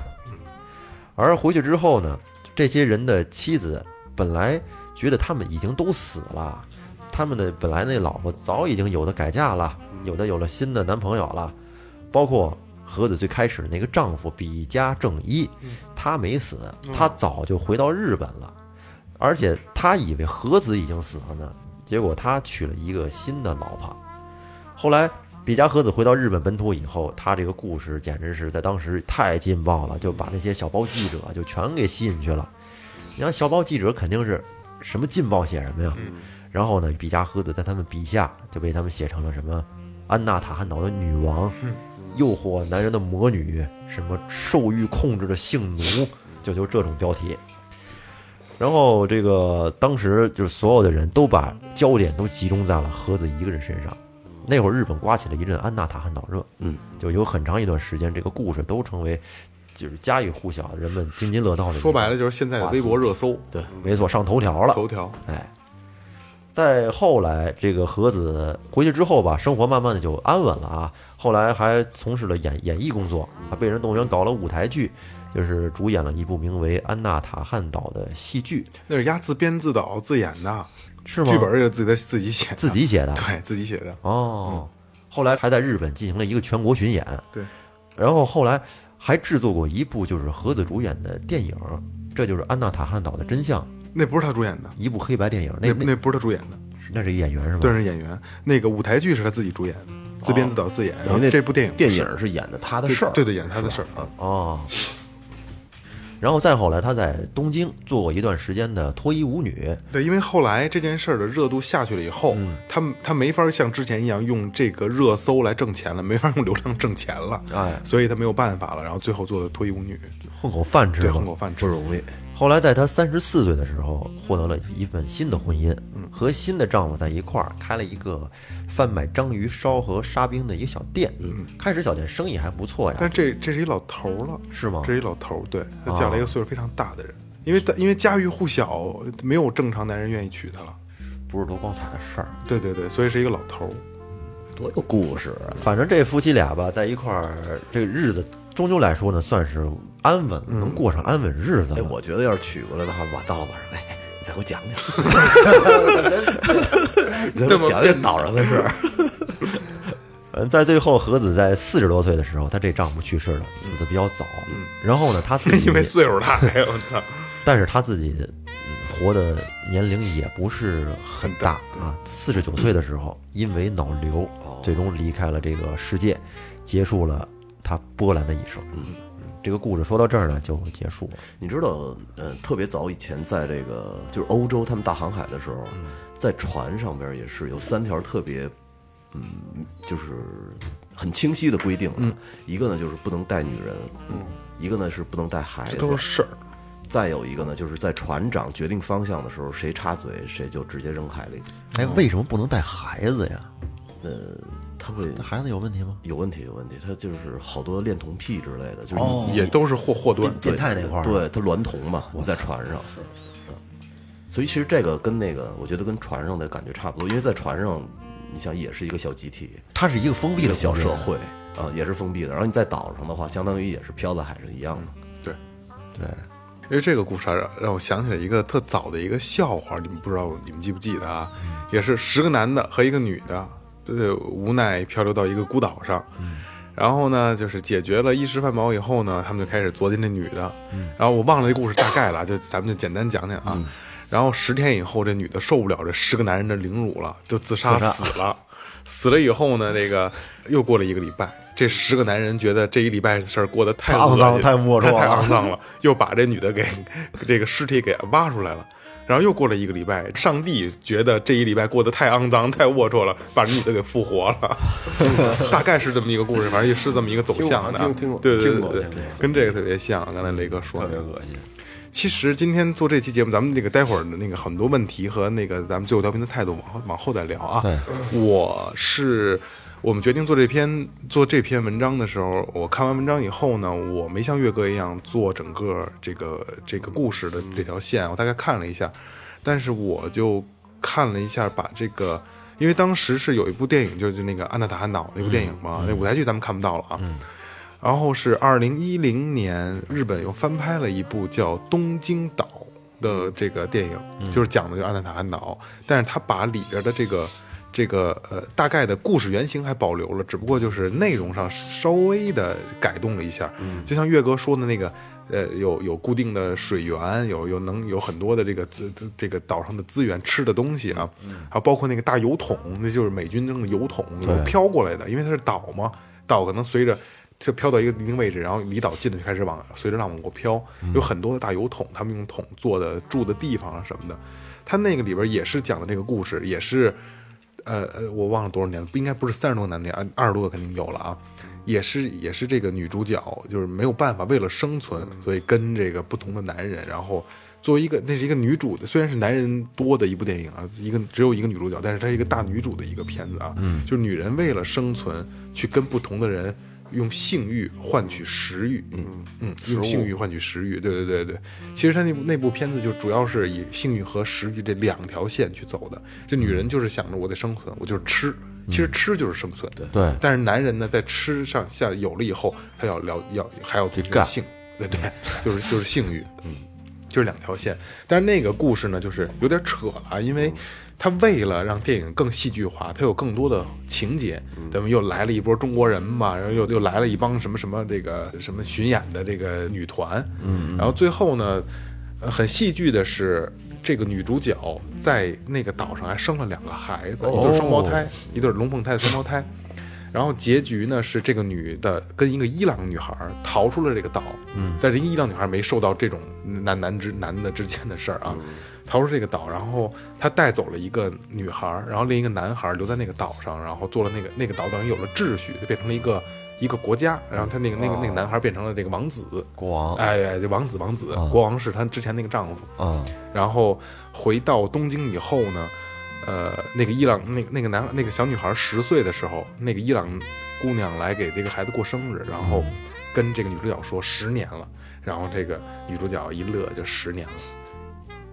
Speaker 5: 而回去之后呢，这些人的妻子本来觉得他们已经都死了，他们的本来那老婆早已经有的改嫁了，有的有了新的男朋友了，包括和子最开始的那个丈夫比加正一，他没死，他早就回到日本了，而且他以为和子已经死了呢，结果他娶了一个新的老婆。后来比加和子回到日本本土以后，他这个故事简直是在当时太劲爆了，就把那些小报记者就全给吸引去了。你看小报记者肯定是什么劲爆写什么呀？然后呢，比加和子在他们笔下就被他们写成了什么安娜塔汉岛的女王，诱惑男人的魔女，什么受欲控制的性奴，就就这种标题。然后这个当时就是所有的人都把焦点都集中在了和子一个人身上。那会儿日本刮起了一阵安娜塔汉岛热，嗯，就有很长一段时间，这个故事都成为就是家喻户晓，人们津津乐道的。
Speaker 3: 说白了就是现在的微博热搜，
Speaker 5: 对，没错，上头条了。
Speaker 3: 头条。
Speaker 5: 哎，再后来，这个和子回去之后吧，生活慢慢的就安稳了啊。后来还从事了演演艺工作，还被人动员搞了舞台剧，就是主演了一部名为《安娜塔汉岛》的戏剧，
Speaker 3: 那是丫自编自导自演的，啊
Speaker 5: 是吗？
Speaker 3: 剧本儿也是自己的自己写的，
Speaker 5: 自己写的，
Speaker 3: 对自己写的。
Speaker 5: 哦，后来还在日本进行了一个全国巡演，
Speaker 3: 对，
Speaker 5: 然后后来还制作过一部就是和子主演的电影，这就是《安娜塔汉岛的真相》，
Speaker 3: 那不是他主演的，
Speaker 5: 一部黑白电影。那
Speaker 3: 那
Speaker 5: 那
Speaker 3: 那不是他主演的，
Speaker 5: 那是一演员是吗？
Speaker 3: 对，是演员。那个舞台剧是他自己主演的，自编自导自演。然
Speaker 6: 等于
Speaker 3: 后
Speaker 6: 那
Speaker 3: 这部电影
Speaker 6: 电
Speaker 3: 是
Speaker 6: 影是演的他的
Speaker 3: 对
Speaker 6: 事儿，
Speaker 3: 对对，演他的事儿啊。
Speaker 5: 哦。然后再后来，他在东京做过一段时间的脱衣舞女，
Speaker 3: 对，因为后来这件事儿的热度下去了以后，他们他没法像之前一样用这个热搜来挣钱了，没法用流量挣钱了，
Speaker 5: 哎，
Speaker 3: 所以他没有办法了，然后最后做的脱衣舞女，
Speaker 5: 混口饭吃
Speaker 3: 对，
Speaker 5: 吧
Speaker 3: 混。口饭
Speaker 6: 不
Speaker 3: 吃。
Speaker 6: 容易。
Speaker 5: 后来在她三十四岁的时候，获得了一份新的婚姻，
Speaker 3: 嗯
Speaker 5: 和新的丈夫在一块儿开了一个贩卖章鱼烧和沙冰的一个小店。开始小店生意还不错呀，
Speaker 3: 嗯但是这这是一老头儿了，
Speaker 5: 是吗
Speaker 3: 嗯这是一啊老头儿，对他嫁了一个岁数非常大的人，因为他因为家喻户晓，没有正常男人愿意娶她了。
Speaker 5: 不是多光彩的事儿。
Speaker 3: 对对对，所以是一个老头儿。
Speaker 6: 多有故事啊！
Speaker 5: 反正这夫妻俩吧，在一块儿，这个日子终究来说呢，算是安稳
Speaker 3: 嗯
Speaker 5: 了，能过上安稳日子
Speaker 6: 哎，
Speaker 5: 了。
Speaker 6: 我觉得要是娶过来的话，晚到了晚上，哎，你再给我 讲讲，你再给我讲讲岛上的事儿。
Speaker 5: 嗯，在最后，和子在四十多岁的时候，她这丈夫去世了，死的比较早。然后呢，她 自己
Speaker 3: 因为岁数大，哎呦我操！
Speaker 5: 但是他自己嗯活的年龄也不是很大哦啊，四十九岁的时候，因为脑瘤，最终离开了这个世界，结束了他波兰的一生。嗯，这个故事说到这儿呢就结束了。
Speaker 6: 你知道，呃，特别早以前，在这个就是欧洲他们大航海的时候，
Speaker 3: 嗯
Speaker 6: 在船上边也是有三条特别，嗯，就是很清晰的规定了。
Speaker 3: 嗯
Speaker 6: 一个呢就是不能带女人，嗯一个呢是不能带孩子，
Speaker 3: 这都是事儿。
Speaker 6: 再有一个呢就是在船长决定方向的时候，谁插嘴谁就直接扔海里。
Speaker 5: 哎，为什么不能带孩子呀？
Speaker 6: 他会
Speaker 3: 哦
Speaker 5: 那孩子有问题吗？
Speaker 6: 有问题，有问题，他就是好多恋童癖之类的，就是
Speaker 3: 也都是祸祸端。
Speaker 5: 变态那块儿啊
Speaker 6: 对他娈童嘛，我在船上，是，所以其实这个跟那个，我觉得跟船上的感觉差不多，因为在船上，你想也是一个小集体，
Speaker 5: 它是一个封闭
Speaker 6: 一个
Speaker 5: 的
Speaker 6: 小
Speaker 5: 空间
Speaker 6: 社，会啊，也是封闭的。然后你在岛上的话，相当于也是漂在海上一样的。
Speaker 3: 对，
Speaker 6: 对，
Speaker 3: 因为这个故事啊让让我想起来一个特早的一个笑话，你们不知道你们记不记得啊？
Speaker 5: 嗯
Speaker 3: 也是十个男的和一个女的，呃，无奈漂流到一个孤岛上。
Speaker 5: 嗯
Speaker 3: 然后呢，就是解决了衣食饭饱以后呢，他们就开始琢磨这女的。
Speaker 5: 嗯
Speaker 3: 然后我忘了这故事大概了，就咱们就简单讲讲啊。然后十天以后，这女的受不了这十个男人的凌辱了，就自杀死了。死了以后呢，这个又过了一个礼拜，这十个男人觉得这一礼拜的事儿过得太
Speaker 5: 太肮脏
Speaker 3: 恶心
Speaker 5: 太龌龊了
Speaker 3: 太肮脏了，又把这女的给这个尸体给挖出来了。然后又过了一个礼拜，上帝觉得这一礼拜过得太肮脏、太龌龊了，把这女的给复活了。大概是这么一个故事，反正也是这么一个走向的。
Speaker 4: 听过
Speaker 3: 对对
Speaker 6: 听
Speaker 3: 对
Speaker 6: 过
Speaker 3: 对
Speaker 6: 听过，
Speaker 3: 跟这个特别像。刚才雷哥说的那个
Speaker 6: 心。
Speaker 3: 其实今天做这期节目，咱们那个待会儿的那个很多问题和那个咱们最后调频的态度，往后往后再聊啊。我是我们决定做这篇做这篇文章的时候，我看完文章以后呢，我没像岳哥一样做整个这个这个故事的这条线，我大概看了一下，但是我就看了一下，把这个。因为当时是有一部电影，就是那个《安娜塔汉岛》那部电影嘛，那舞台剧咱们看不到了啊。然后是二零一零年，日本又翻拍了一部叫《东京岛》的这个电影，就是讲的就是安纳塔汉岛，但是他把里边的这个这个呃大概的故事原型还保留了，只不过就是内容上稍微的改动了一下。就像岳哥说的那个，呃，有有固定的水源，有有能有很多的这个资资这个岛上的资源吃的东西啊，还有包括那个大油桶，那就是美军扔的油桶飘过来的，因为它是岛嘛，岛可能随着。就飘到一个一定位置，然后离岛近的就开始往随着浪往过飘，有很多的大油桶，他们用桶做的住的地方啊什么的。他那个里边也是讲的这个故事，也是，呃呃，我忘了多少年了，不应该不是三十多个男的，二二十多个肯定有了啊。也是也是这个女主角就是没有办法，为了生存，所以跟这个不同的男人，然后作为一个那是一个女主的，虽然是男人多的一部电影啊，一个只有一个女主角，但是它是一个大女主的一个片子啊，嗯，就是女人为了生存去跟不同的人。用性欲换取食欲，嗯嗯，用性欲换取食欲，对对对对。其实他那部那部片子就主要是以性欲和食欲这两条线去走的。这女人就是想着我得生存，我就是吃，其实吃就是生存。嗯对
Speaker 5: 对
Speaker 3: 但是男人呢，在吃上下有了以后，他要聊要还要这
Speaker 5: 干
Speaker 3: 性，对对，就是就是性欲，嗯，就是两条线。但是那个故事呢，就是有点扯了啊，因为他为了让电影更戏剧化，他有更多的情节，等于又来了一波中国人嘛，然后又又来了一帮什么什么这个什么巡演的这个女团，嗯，然后最后呢，呃很戏剧的是。这个女主角在那个岛上还生了两个孩子，一对双胞胎，一对龙凤胎的双胞胎。然后结局呢是这个女的跟一个伊朗女孩逃出了这个岛，嗯，但是伊朗女孩没受到这种男男之男的之间的事儿啊，
Speaker 5: 嗯
Speaker 3: 逃出这个岛，然后她带走了一个女孩，然后另一个男孩留在那个岛上，然后做了那个那个岛等于有了秩序，就变成了一个一个国家，然后他那个那个那个男孩变成了这个王子，
Speaker 5: 啊国王嗯
Speaker 3: 哎哎，这王子王子，国王是她之前那个丈夫，
Speaker 5: 啊，
Speaker 3: 然后回到东京以后呢，呃，那个伊朗那个那个男那个小女孩十岁的时候，那个伊朗姑娘来给这个孩子过生日，然后跟这个女主角说十年了，然后这个女主角一乐就十年了。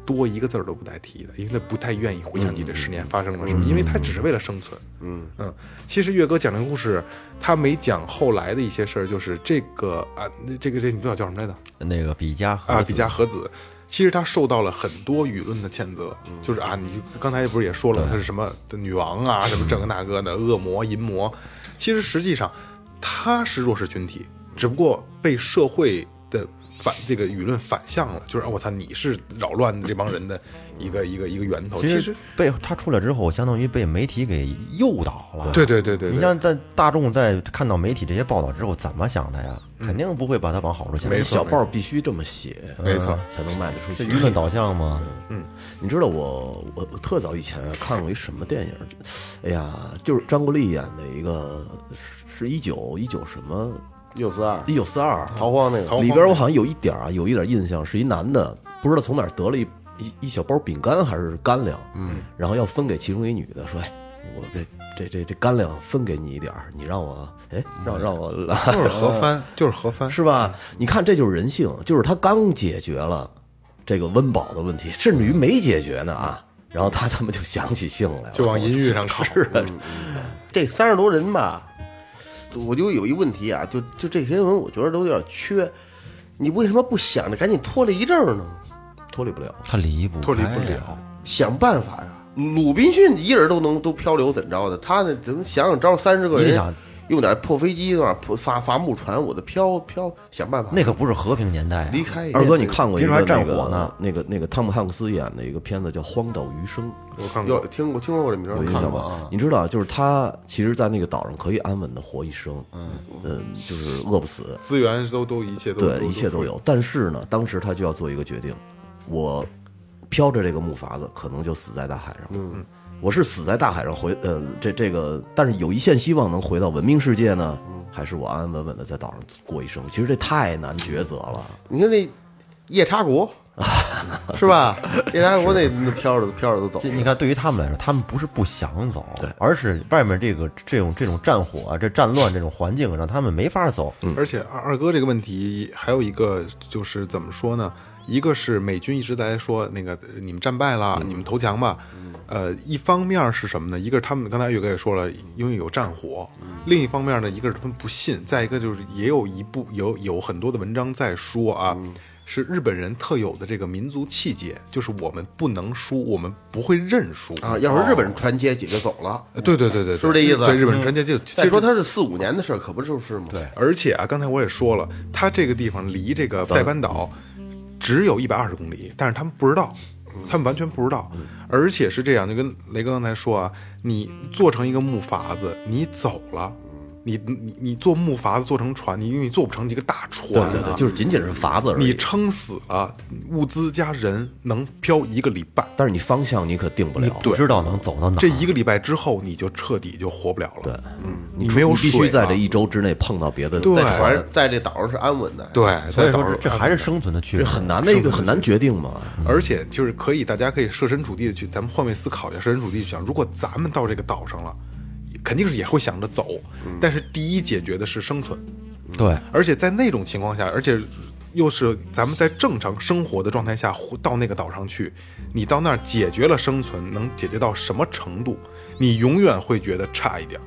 Speaker 3: 多一个字儿都不带提的，因为她不太愿意回想起这十年发生了什么，因为她只是为了生存。嗯嗯，其实岳哥讲这个故事，他没讲后来的一些事儿，就是这个啊，那这个这女主角叫什么来着？
Speaker 5: 那个比加和
Speaker 3: 啊，比嘉和子，其实她受到了很多舆论的谴责，就是啊，你刚才不是也说了，她是什么的女王啊，什么这个那个的恶魔、淫魔，其实实际上她是弱势群体，只不过被社会的反这个舆论反向了，就是啊，我操，你是扰乱这帮人的一个一个一个源头，哦其实。
Speaker 5: 被他出来之后，相当于被媒体给诱导了。
Speaker 3: 对对对对对
Speaker 5: 啊你像在大众在看到媒体这些报道之后，怎么想的呀？肯定不会把它往好处想。
Speaker 3: 嗯没错
Speaker 6: 小报必须这么写，
Speaker 3: 没错
Speaker 6: 嗯才能卖得出
Speaker 5: 这
Speaker 6: 去。
Speaker 5: 舆论导向嘛，
Speaker 6: 你知道我我我特早以前啊看过一什么电影？哎呀，就是张国立演的一个，是一九一九什么
Speaker 4: 六四二
Speaker 6: 一九四
Speaker 5: 啊
Speaker 6: 二
Speaker 4: 逃荒那个，
Speaker 3: 荒
Speaker 6: 里边我好像有一点儿啊，有一点印象，是一男的，不知道从哪儿得了一一一小包饼干还是干粮，嗯，然后要分给其中一女的，说，哎，我这这这这干粮分给你一点儿，你让我，哎，让让我来，
Speaker 3: 就是何帆，就是何帆，
Speaker 6: 是吧？你看，这就是人性，就是他刚解决了这个温饱的问题，甚至于没解决呢啊，然后他他们就想起性来了，
Speaker 3: 就往淫欲上靠。
Speaker 6: 是啊，
Speaker 4: 这三十多人吧，我就有一问题啊，就就这些人，我觉得都有点缺。你为什么不想着赶紧脱离这儿呢？
Speaker 6: 脱离不了。
Speaker 5: 他离不
Speaker 3: 脱离
Speaker 5: 开
Speaker 3: 不了
Speaker 5: 啊
Speaker 4: 想办法呀！鲁滨逊一人都能都漂流怎着的？他呢，怎么想想招三十个
Speaker 5: 你得
Speaker 4: 人
Speaker 5: 想，
Speaker 4: 用点破飞机啊，破伐伐木船，我的漂漂，想办法
Speaker 5: 那可不是和平年代啊。
Speaker 4: 离开。
Speaker 6: 二哥，你看过一
Speaker 5: 别
Speaker 6: 个
Speaker 5: 说还
Speaker 6: 那
Speaker 5: 战
Speaker 6: 个
Speaker 5: 火呢
Speaker 6: 那个那个汤姆汉克斯演的一个片子叫《荒岛余生》，
Speaker 3: 我看
Speaker 4: 有
Speaker 3: 过，
Speaker 4: 听过听说过这名
Speaker 6: 有
Speaker 4: 儿？
Speaker 6: 印象
Speaker 3: 啊
Speaker 6: 吧？你知道，就是他其实，在那个岛上可以安稳的活一生，嗯就是饿不死，
Speaker 3: 资源都都一切都
Speaker 6: 对，一切都。有。但是呢，当时他就要做一个决定，我飘着这个木筏子，可能就死在大海上。嗯，我是死在大海上回，呃，这这个，但是有一线希望能回到文明世界呢，
Speaker 3: 嗯
Speaker 6: 还是我安安稳稳的在岛上过一生？其实这太难抉择了。
Speaker 4: 你看那夜叉国是吧？夜叉国那那飘着都飘着都走
Speaker 5: 这。你看，对于他们来说，他们不是不想走，而是外面这个这种这种战火啊、这战乱这种环境，让他们没法走。
Speaker 3: 而且二二哥这个问题还有一个就是怎么说呢？一个是美军一直在说那个呃你们战败了，你们投降吧。
Speaker 4: 嗯
Speaker 3: 呃，一方面是什么呢？一个是他们刚才岳哥也说了，因为有战火；
Speaker 4: 嗯
Speaker 3: 另一方面呢，一个是他们不信，再一个就是也有一部有有很多的文章在说啊。
Speaker 4: 嗯
Speaker 3: 是日本人特有的这个民族气节，就是我们不能输，我们不会认输
Speaker 4: 啊！要是日本船接解就走了，
Speaker 3: 呃对对对对，对
Speaker 4: 是不是这意思
Speaker 3: 对，日本人直接就其
Speaker 4: 再
Speaker 3: 实
Speaker 4: 说他是四五年的事儿，可不就是吗？对，
Speaker 3: 而且啊，刚才我也说了，它这个地方离这个塞班岛只有一百二十公里，但是他们不知道，他们完全不知道。而且是这样，就跟雷哥刚才说啊，你做成一个木筏子，你走了，你你你做木筏子做成船，你因为你做不成这个大船、啊，
Speaker 6: 就是仅仅是筏子而
Speaker 3: 你
Speaker 6: 已。
Speaker 3: 撑死了，物资加人能漂一个礼拜。
Speaker 6: 但是你方向你可定不了，
Speaker 5: 不知道能走到哪儿。
Speaker 3: 这一个礼拜之后，你就彻底就活不了了。对，嗯，你没有
Speaker 6: 你必
Speaker 3: 水
Speaker 6: 须在
Speaker 3: 了
Speaker 6: 这一周之内碰到别的
Speaker 3: 对
Speaker 6: 船
Speaker 4: 反正在这岛上是安稳的。
Speaker 3: 对，
Speaker 5: 所以
Speaker 3: 在岛
Speaker 5: 说
Speaker 3: 上
Speaker 5: 这，这还是生存的区别
Speaker 6: 这。很难的一个很难决定嘛。
Speaker 3: 而且就是可以，大家可以设身处地的去，咱们换位思考一下，设身处地去想，如果咱们到这个岛上了，肯定是也会想着走，但是第一解决的是生存，
Speaker 5: 对，
Speaker 3: 而且在那种情况下，而且又是咱们在正常生活的状态下回到那个岛上去，你到那儿解决了生存，能解决到什么程度，你永远会觉得差一点儿，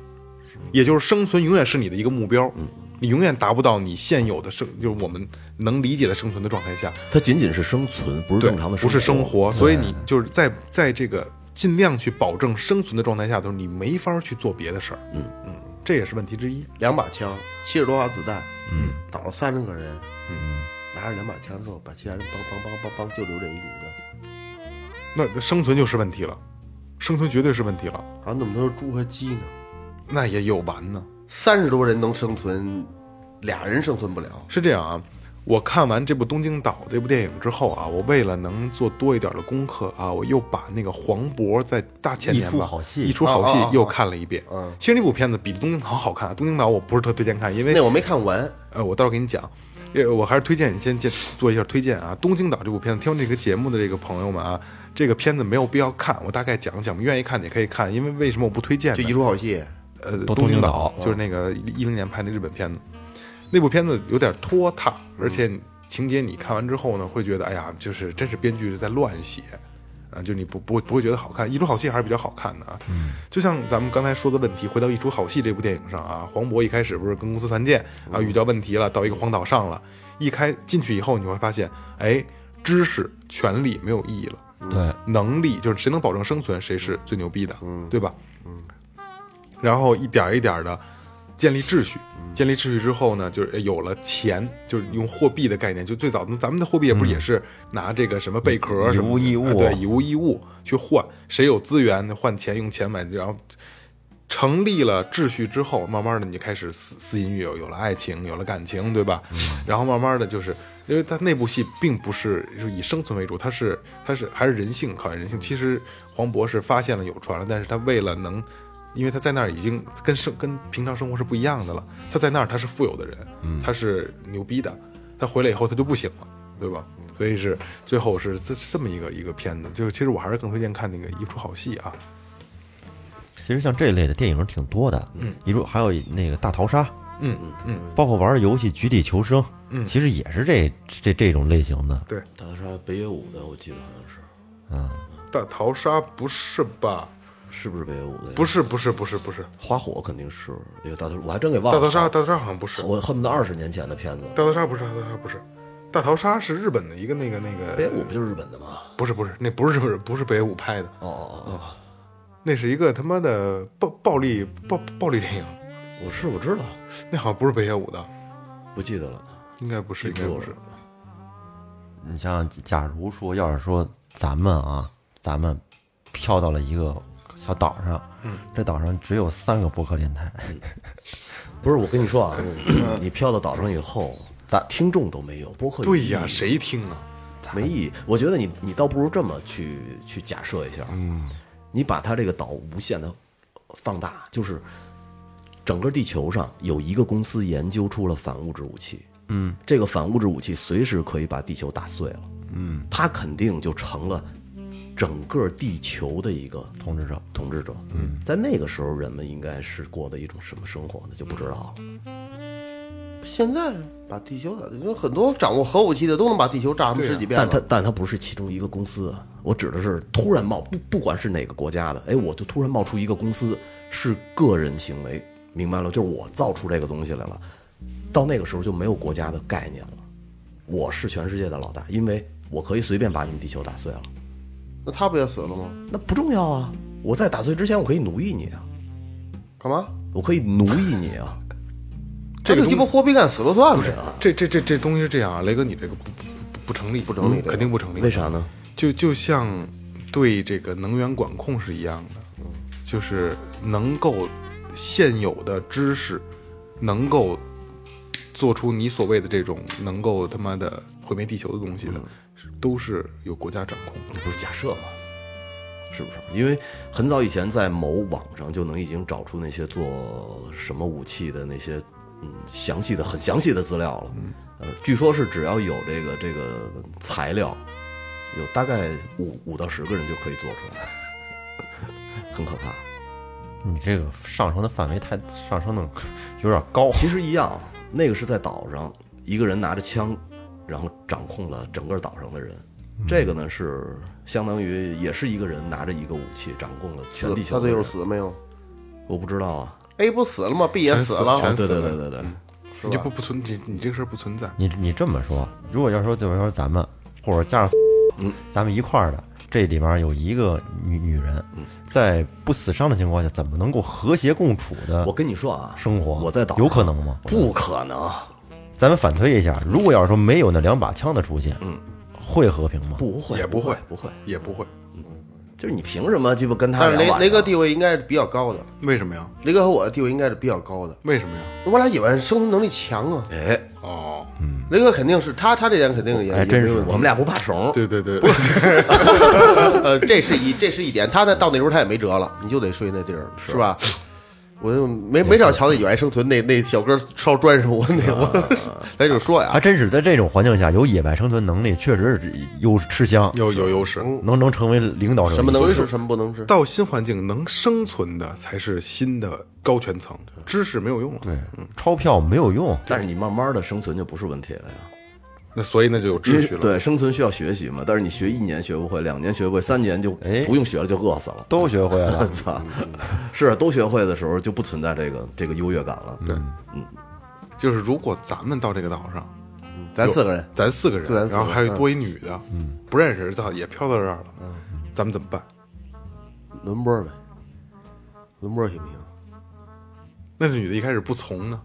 Speaker 3: 也就是生存永远是你的一个目标，你永远达不到你现有的生，就是我们能理解的生存的状态下，
Speaker 6: 它仅仅是生存，不是
Speaker 3: 对，
Speaker 6: 正常的
Speaker 3: 不是生
Speaker 6: 生
Speaker 3: 活，
Speaker 6: 活。
Speaker 3: 所以你就是在在这个尽量去保证生存的状态下头，你没法去做别的事儿。嗯嗯，这也是问题之一。
Speaker 4: 两把枪，七十多发子弹，嗯，岛上三十个人，嗯，拿着两把枪之后，把其他人梆梆梆梆梆，就留这一女的。
Speaker 3: 那那生存就是问题了，生存绝对是问题了。
Speaker 4: 啊，那么多猪和鸡呢？
Speaker 3: 那也有完呢。
Speaker 4: 三十多人能生存，俩人生存不了。
Speaker 3: 是这样啊，我看完这部《东京岛》这部电影之后啊，我为了能做多一点的功课啊，我又把那个黄渤在大前年吧
Speaker 5: 一出好戏
Speaker 3: 一出好
Speaker 4: 啊啊啊啊
Speaker 3: 戏又看了一遍。其实那部片子比《东京岛》好看，啊《东京岛》我不是特推荐看，因为
Speaker 4: 那我没看完，
Speaker 3: 呃，我到时候给你讲。呃，我还是推荐你先介做一下推荐啊，《东京岛》这部片子，听这个节目的这个朋友们啊，这个片子没有必要看，我大概讲讲，愿意看的也可以看，因为为什么我不推荐呢？
Speaker 4: 就一出好戏，
Speaker 3: 呃，
Speaker 5: 东
Speaker 3: 京
Speaker 5: 京
Speaker 3: 岛
Speaker 5: 岛
Speaker 3: 就是那个一零年拍那日本片子，那部片子有点拖沓，而且情节你看完之后呢，会觉得哎呀，就是真是编剧是在乱写，啊，就你不不不会觉得好看。一出好戏还是比较好看的啊，就像咱们刚才说的问题，回到一出好戏这部电影上啊，黄渤一开始不是跟公司团建啊遇到问题了，到一个荒岛上了，一开进去以后你会发现，哎，知识、权利没有意义了。
Speaker 5: 对，
Speaker 3: 能力，就是谁能保证生存，谁是最牛逼的，
Speaker 5: 嗯
Speaker 3: 对吧？然后一点儿一点的建立秩序，
Speaker 5: 嗯
Speaker 3: 建立秩序之后呢，就是哎有了钱，就是用货币的概念，就最早咱们的货币也不是也是拿这个什么贝壳
Speaker 5: 嗯以
Speaker 3: 什么
Speaker 5: 物
Speaker 3: 的
Speaker 5: 易
Speaker 3: 啊
Speaker 5: 物
Speaker 3: 对，以物易物去换，谁有资源换钱，用钱买，然后成立了秩序之后，慢慢的你就开始私私隐欲有，有了爱情，有了感情，对吧？然后慢慢的就是，因为他那部戏并不是就是以生存为主，他是他是还是人性考验人性。其实黄渤是发现了有船了，但是他为了能，因为他在那儿已经跟生跟平常生活是不一样的了，他在那儿他是富有的人，他是牛逼的，他回来以后他就不行了，对吧？所以是最后是这是这么一个一个片子，就是其实我还是更推荐看那个《一出好戏》啊，
Speaker 5: 其实像这类的电影挺多的，嗯，一如还有那个大逃杀，
Speaker 3: 嗯
Speaker 5: 嗯，包括玩儿游戏《局地求生》，嗯，其实也是这这这种类型的，
Speaker 3: 对。
Speaker 6: 大逃杀北野武的，我记得好像是，
Speaker 3: 大逃杀不是吧？
Speaker 6: 是不是北野武的？
Speaker 3: 不
Speaker 6: 是，
Speaker 3: 是，不是，不是，不是。
Speaker 6: 花火肯定是那个大逃，我还真给忘
Speaker 3: 大
Speaker 6: 了。
Speaker 3: 逃杀，大逃杀好像不是，
Speaker 6: 我恨不得二十年前的片子。
Speaker 3: 大逃杀不是，大逃杀不是，大逃杀是日本的一个那个那
Speaker 6: 北野
Speaker 3: 个，
Speaker 6: 武不就是日本的吗？
Speaker 3: 不是不是，那不是日本人，不是北野武拍的，
Speaker 6: 哦哦哦哦，
Speaker 3: 那是一个他妈的暴暴力暴暴力电影，
Speaker 6: 我是我知道，
Speaker 3: 那好像不是北野武的，
Speaker 6: 不记得了，
Speaker 3: 应该不是，应该不是。
Speaker 5: 你想想，假如说要是说咱们啊，咱们飘到了一个小岛上，嗯，这岛上只有三个播客电台，
Speaker 6: 不是我跟你说啊， 你飘到岛上以后，
Speaker 5: 咱
Speaker 6: 听众都没有，播客
Speaker 3: 对呀，谁听啊？
Speaker 6: 没意义。我觉得你你倒不如这么去去假设一下，嗯，你把它这个岛无限的放大，就是整个地球上有一个公司研究出了反物质武器，嗯，这个反物质武器随时可以把地球打碎了，嗯，它肯定就成了整个地球的一个
Speaker 5: 统治者，
Speaker 6: 统治者，嗯，在那个时候人们应该是过的一种什么生活呢？就不知道了。
Speaker 4: 现在把地球打，有很多掌握核武器的都能把地球炸他们十几遍
Speaker 6: 啊但
Speaker 4: 了。
Speaker 6: 它但它不是其中一个公司啊，我指的是突然冒不不管是哪个国家的，哎，我就突然冒出一个公司，是个人行为，明白了？就是我造出这个东西来了，到那个时候就没有国家的概念了，我是全世界的老大，因为我可以随便把你们地球打碎了，
Speaker 4: 那他不也死了吗？
Speaker 6: 那不重要啊，我在打碎之前我可以奴役你啊，
Speaker 4: 干嘛？
Speaker 6: 我可以奴役你啊，
Speaker 4: 这就鸡巴活逼干死了算了呀！
Speaker 3: 这这这这东西是这样啊，雷哥，你这个不不不不成立，不
Speaker 4: 成立这 个
Speaker 3: 肯定不成立。
Speaker 6: 嗯为啥呢？
Speaker 3: 就就像对这个能源管控是一样的，就是能够现有的知识，能够做出你所谓的这种能够他妈的毁灭地球的东西的，是都是有国家掌控的。
Speaker 6: 不是假设吗？是不是？因为很早以前在某网上就能已经找出那些做什么武器的那些嗯详细的很详细的资料了。
Speaker 4: 嗯
Speaker 6: 呃，据说是只要有这个这个材料，有 大概五五到十个人就可以做出来，很可怕。
Speaker 5: 你这个上升的范围太上升的 有点高，
Speaker 6: 其实一样，那个是在岛上，一个人拿着枪，然后掌控了整个岛上的人。
Speaker 4: 嗯
Speaker 6: 这个呢是相当于也是一个人拿着一个武器掌控了
Speaker 4: 死
Speaker 6: 全地球
Speaker 4: 他
Speaker 6: 的
Speaker 4: 最
Speaker 6: 人。
Speaker 4: 后死没有
Speaker 6: 我不知道啊，
Speaker 4: ？A 不死了吗？B 也
Speaker 3: 全
Speaker 4: 死
Speaker 3: 死
Speaker 4: 了，
Speaker 3: 全啊死
Speaker 6: 对对
Speaker 3: 了嗯
Speaker 6: 对对对，
Speaker 4: 是
Speaker 3: 你就
Speaker 4: 吧
Speaker 3: 不？不存，你你这个事儿不存在。
Speaker 5: 你你这么说，如果要说就是说咱们或者加上，
Speaker 6: 嗯
Speaker 5: 咱们一块儿的，这里边有一个女女人，
Speaker 6: 嗯
Speaker 5: 在不死伤的情况下，怎么能够和谐共处的
Speaker 6: 我跟你说啊，
Speaker 5: 生活？
Speaker 6: 我在岛上
Speaker 5: 有可能吗？
Speaker 6: 不可能，
Speaker 5: 咱们反推一下，如果要是说没有那两把枪的出现，嗯，会和平吗？
Speaker 6: 不会，
Speaker 3: 也
Speaker 6: 不
Speaker 3: 不会
Speaker 6: 不会，
Speaker 3: 也不会。
Speaker 6: 就是你凭什么鸡巴跟他啊
Speaker 4: 但是
Speaker 6: 俩
Speaker 4: 雷
Speaker 6: 晚上？
Speaker 4: 雷哥地位应该是比较高的，
Speaker 3: 为什么呀？
Speaker 4: 雷哥和我的地位应该是比较高的。
Speaker 3: 为什么呀？
Speaker 4: 我俩野外生存能力强啊，
Speaker 6: 哎，
Speaker 3: 哦，
Speaker 4: 雷哥肯定是他，他这点肯定也
Speaker 5: 还真是
Speaker 6: 我们俩不怕虫，
Speaker 3: 对对对，
Speaker 4: 呃，这是一这是一点，他那到那时候他也没辙了，你就得睡那地儿，是吧？我就没没少瞧那野外生存那那小哥烧砖上我那我， 咱就说呀
Speaker 5: 还，真是在这种环境下，有野外生存能力，确实是有吃香，
Speaker 3: 有有优势。
Speaker 5: 能能成为领导者。
Speaker 4: 什么能
Speaker 3: 所以
Speaker 4: 吃
Speaker 3: 说
Speaker 4: 什么不能吃，
Speaker 3: 嗯到新环境能生存的才是新的高权层，知识没有用了。对，
Speaker 5: 嗯钞票没有用，
Speaker 6: 但是你慢慢的生存就不是问题了呀。
Speaker 3: 那所以那就有
Speaker 6: 因
Speaker 3: 秩
Speaker 6: 为
Speaker 3: 序了。，
Speaker 6: 对，生存需要学习嘛，但是你学一年学不会，两年学不会，三年就
Speaker 5: 哎
Speaker 6: 不用学了，就饿死了。
Speaker 5: 都学会
Speaker 6: 我
Speaker 3: 嗯
Speaker 5: 了。
Speaker 6: 操，是啊都学会的时候就不存在这个这个优越感了。
Speaker 3: 嗯
Speaker 6: 对，
Speaker 3: 就是如果咱们到这个岛上，
Speaker 4: 咱四个人
Speaker 3: 咱四个
Speaker 4: 就咱
Speaker 3: 人，
Speaker 4: 四个嗯
Speaker 3: 然后还有多一女的，不认识，操，也飘到这儿了，咱们怎么办？
Speaker 4: 轮播呗，轮播行不行？
Speaker 3: 那女的一开始不从 呢，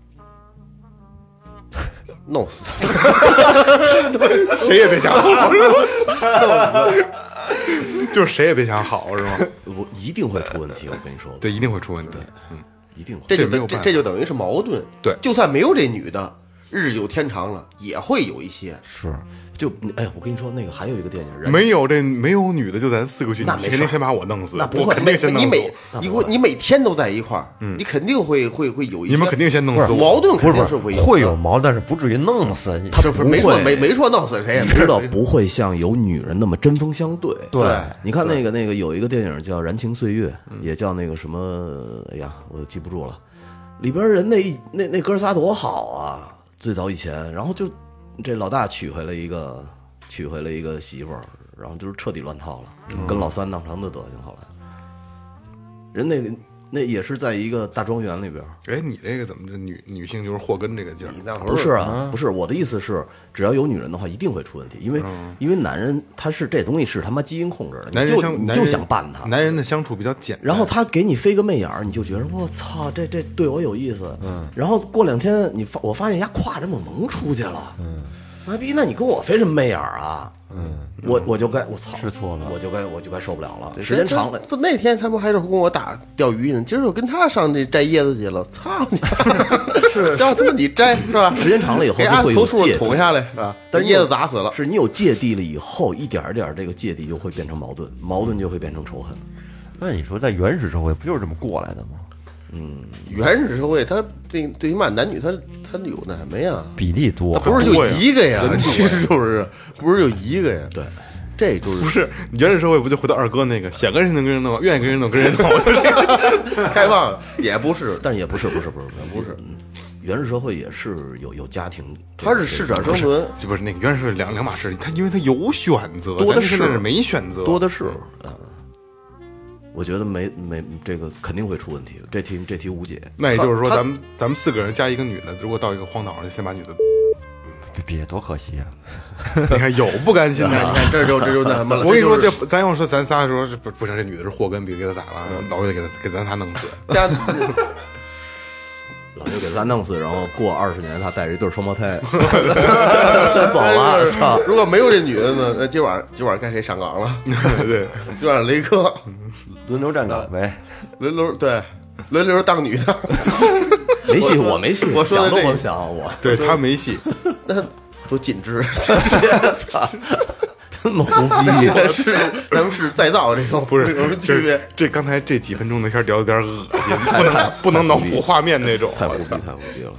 Speaker 4: 弄死他！
Speaker 3: 谁也别想好，是吧？ 就是谁也别想好，是吗？
Speaker 6: 我一定会出问题，我跟你说，
Speaker 3: 对，，一定会出问题。
Speaker 6: 一定会。
Speaker 4: 这就
Speaker 3: 这没有办
Speaker 4: 等这
Speaker 3: 法
Speaker 4: 这就等于是矛盾。
Speaker 3: 对
Speaker 4: 就算没有这女的，日久天长了也会有一些。
Speaker 5: 是，
Speaker 6: 就哎，我跟你说，那个还有一个电影，人
Speaker 3: 没有这没有女的，就咱四个去，你
Speaker 6: 那没事儿
Speaker 3: 肯定先把我弄死，
Speaker 6: 那不会
Speaker 3: 我肯
Speaker 4: 每
Speaker 3: 定先弄
Speaker 4: 你
Speaker 3: 死
Speaker 4: 每
Speaker 3: 我，
Speaker 4: 你给我你每天都在一块儿，你肯定会会会有一
Speaker 3: 嗯
Speaker 4: 些
Speaker 3: 你们肯定先弄
Speaker 5: 不是
Speaker 3: 死我。
Speaker 4: 矛盾，
Speaker 5: 不
Speaker 4: 肯
Speaker 5: 是不
Speaker 4: 定
Speaker 5: 是
Speaker 4: 会
Speaker 5: 会
Speaker 4: 有
Speaker 5: 有
Speaker 4: 的。
Speaker 5: 矛盾，但是不至于弄死你。
Speaker 4: 他不是没
Speaker 6: 不会
Speaker 4: 说没没说弄死谁也
Speaker 6: 你
Speaker 4: 没
Speaker 6: 知道
Speaker 4: 没
Speaker 6: 不会像有女人那么针锋相对。
Speaker 5: 对对
Speaker 6: 你看那个那个有一个电影叫《燃情岁月》，也叫那个什么，哎呀，我记不住了。里边人那一那那哥仨多好啊！最早以前，然后就这老大娶回了一个娶回了一个媳妇儿，然后就是彻底乱套了，跟老三闹成的德行。后来，人那个那也是在一个大庄园里边，
Speaker 3: 哎，你这个怎么这女女性就是祸根这个劲儿？
Speaker 6: 不是啊，不是我的意思是，只要有女人的话，一定会出问题，因为因为男人他是这东西是他妈基因控制的，
Speaker 3: 男
Speaker 6: 你
Speaker 3: 人
Speaker 6: 就
Speaker 3: 相
Speaker 6: 你
Speaker 3: 男
Speaker 6: 就
Speaker 3: 人
Speaker 6: 想办他，
Speaker 3: 男人的相处比较简单，
Speaker 6: 然后他给你飞个媚眼儿，你就觉得我操，这这对我有意思，然后过两天你发我发现人家挎着猛萌出去了，妈逼，那你跟我飞什么媚眼儿啊？我我就该我操，
Speaker 5: 吃错了
Speaker 6: 我就该我就该受不了了，
Speaker 4: 对
Speaker 6: 时间长了
Speaker 4: 这。这那天他们还是跟我打钓鱼呢，今儿我跟他上那摘叶子去了，操你！ 是让他妈你摘是吧？
Speaker 6: 时间长了以后
Speaker 4: 给
Speaker 6: 就
Speaker 4: 俺
Speaker 6: 会有
Speaker 4: 从树
Speaker 6: 戒
Speaker 4: 上捅下来啊，
Speaker 6: 但
Speaker 4: 但
Speaker 6: 是
Speaker 4: 叶子砸死了。
Speaker 6: 是你有芥蒂了以后，一点儿一点儿这个芥蒂就会变成矛盾，矛盾就会变成仇恨。
Speaker 5: 那你说在原始社会不就是这么过来的吗？
Speaker 4: 原始社会，他最最起码男女他他有那什么呀？
Speaker 5: 比例多，
Speaker 4: 他不是
Speaker 6: 啊
Speaker 4: 就一个呀，
Speaker 3: 人
Speaker 4: 其实就是不是就 一个呀？对，这就
Speaker 3: 不
Speaker 4: 是
Speaker 3: 是原始社会不就回到二哥那个，想跟谁弄跟谁弄，愿意跟谁弄跟谁 弄，就这个
Speaker 4: 开放的，也不是，
Speaker 6: 但也不是，不 是，不是，不是，不是。原始社会也是有有家庭，
Speaker 4: 他是适者生存。
Speaker 3: 就不是那个原始社会两两码事，他因为他有选择，
Speaker 6: 多的
Speaker 3: 咱现在
Speaker 6: 是
Speaker 3: 是没选择，
Speaker 6: 多的是。嗯，我觉得没没这个肯定会出问题，这题这题无解。
Speaker 3: 那也就是说，
Speaker 4: 他
Speaker 3: 咱们咱们四个人加一个女的，如果到一个荒岛上，就先把女的，
Speaker 5: 别别多可惜啊！
Speaker 3: 你看有不甘心
Speaker 4: 你看，你
Speaker 3: 的。
Speaker 4: 看，这就这就那什么了。
Speaker 3: 我跟你说，
Speaker 4: 这
Speaker 3: 这咱要说咱仨说这不不行，这女的是祸根，别给她咋了，老得给她给咱仨弄死。
Speaker 4: 就家嗯
Speaker 6: 老就给他弄死，然后过二十年他带着一对双胞胎 走
Speaker 4: 哎
Speaker 6: 了， 操！
Speaker 4: 如果没有这女的呢，那今晚今晚该谁上岗了？
Speaker 3: 对，
Speaker 4: 今晚雷哥
Speaker 5: 轮流站岗呗，
Speaker 4: 轮流对轮流当女的，
Speaker 6: 没戏，我没戏，
Speaker 4: 我说的
Speaker 6: 想都
Speaker 4: 这个
Speaker 6: 甭想，我
Speaker 3: 对她没戏，
Speaker 4: 那多紧致。啊
Speaker 6: 真牛逼。
Speaker 4: 是 咱们是再造这个，
Speaker 3: 不是
Speaker 4: 有什么区
Speaker 3: 这
Speaker 4: 别？
Speaker 3: 这刚才这几分钟的天儿聊有点恶心，不能不能脑补画面那种。
Speaker 6: 太无敌，太无敌了！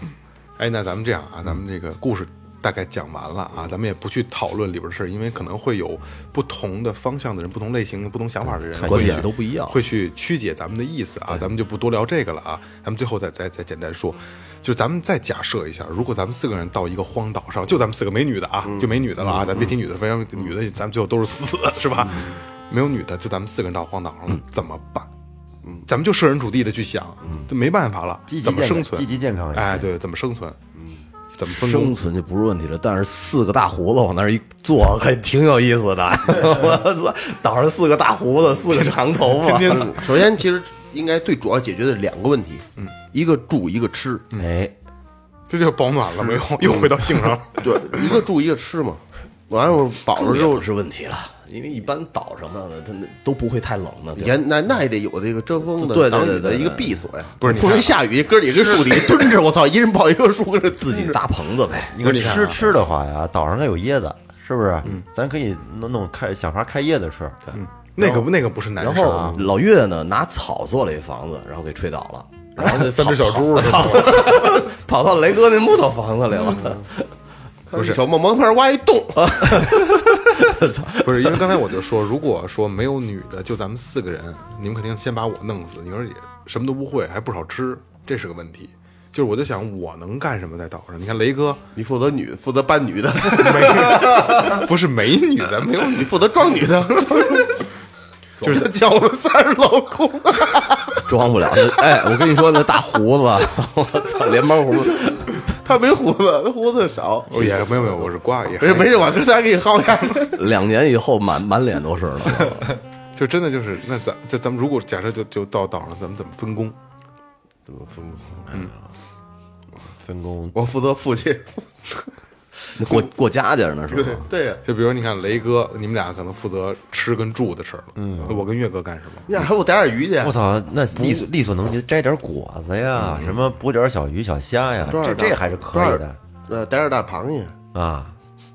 Speaker 3: 哎，那咱们这样啊，咱们这个故事大概讲完了啊，咱们也不去讨论里边的事儿，因为可能会有不同的方向的人、不同类型、不同想法的人，
Speaker 6: 观点
Speaker 3: 会去
Speaker 6: 都不一样
Speaker 3: 会去曲解咱们的意思啊，咱们就不多聊这个了啊，咱们最后再再再简单说，就是咱们再假设一下，如果咱们四个人到一个荒岛上，就咱们四个没女的啊，
Speaker 6: 嗯
Speaker 3: 就没女的了啊，咱别提女的，非常女的咱们最后都是死的是吧？
Speaker 6: 嗯
Speaker 3: 没有女的，就咱们四个人到荒岛上怎么办？咱们就设身处地的去想，就没办法了
Speaker 5: 积，极
Speaker 3: 怎么
Speaker 5: 健康
Speaker 3: 生存？
Speaker 5: 积极健康一些
Speaker 3: 哎，对，怎么生存？嗯，怎么分工
Speaker 6: 生？存就不是问题了，但是四个大胡子往那儿一坐，还挺有意思 的。我操，岛上四个大胡子，四个长头发，
Speaker 3: 天
Speaker 4: 嗯首先，其实应该最主要解决的两个问题，嗯，一个住，一个吃，
Speaker 5: 哎，
Speaker 3: 这就是嗯保暖了，没有，又回到性上了。
Speaker 4: 对，一个住，一个吃嘛。完了，饱了之
Speaker 6: 这
Speaker 4: 后
Speaker 6: 不，是问题了，因为一般岛上呢，它那都不会太冷的。
Speaker 4: 你
Speaker 6: 对吧
Speaker 4: 看那那也得有这个遮风的、
Speaker 6: 对对
Speaker 4: 挡
Speaker 6: 对
Speaker 4: 雨的
Speaker 6: 对
Speaker 4: 一个
Speaker 6: 对
Speaker 4: 避所呀。
Speaker 3: 不是你
Speaker 4: 不
Speaker 3: 看
Speaker 4: 能下雨，哥儿几个树底下蹲着，我操，一人抱一个树跟这
Speaker 6: 自己搭棚子 呗，
Speaker 5: 你看
Speaker 3: 看啊
Speaker 5: 吃吃的话呀，岛上它有椰子，是不是？咱可以弄弄开，想法开椰子吃。
Speaker 3: 那个那个不是难
Speaker 6: 然
Speaker 3: 事儿
Speaker 6: 后
Speaker 3: 啊，
Speaker 6: 老岳呢拿草做了一房子，然后给吹倒了，然后就
Speaker 3: 三只小猪是吧？
Speaker 6: 跑 到雷哥那木头房子来 了。
Speaker 4: 不是小冒茅坑挖一洞，
Speaker 3: 不是，因为刚才我就说，如果说没有女的，就咱们四个人，你们肯定先把我弄死。你说也什么都不会，还不少吃，这是个问题。就是我就想，我能干什么在岛上？你看雷哥
Speaker 4: 你负责女，负责搬女的，
Speaker 3: 没，不是没女的，没有
Speaker 4: 你负责装女的， 就是 叫我们仨人老公。
Speaker 6: 装不了。哎，我跟你说，那大胡子， 我操，连毛胡子，
Speaker 4: 他没胡子，他胡子少，
Speaker 3: 哦，也没有没有，我是瓜也
Speaker 4: 没事没事，我哥仨给你薅下。
Speaker 6: 两年以后满满脸都是了。
Speaker 3: 就真的就是那咱这咱们如果假设就就到岛上，咱们怎么分工？
Speaker 5: 分工
Speaker 4: 我负责父亲，
Speaker 6: 那过过家家那是吧？
Speaker 4: 对呀，
Speaker 3: 就比如你看雷哥，你们俩可能负责吃跟住的事儿了，嗯，我跟岳哥干什么？
Speaker 4: 你俩还给我逮点鱼去
Speaker 5: 我。操， 那力所力所能及，摘点果子呀，什么捕点小鱼小虾呀，
Speaker 4: 抓
Speaker 5: 这
Speaker 4: 点大
Speaker 5: 这还是可以的。
Speaker 4: 抓点呃，逮点大螃蟹，
Speaker 5: 啊。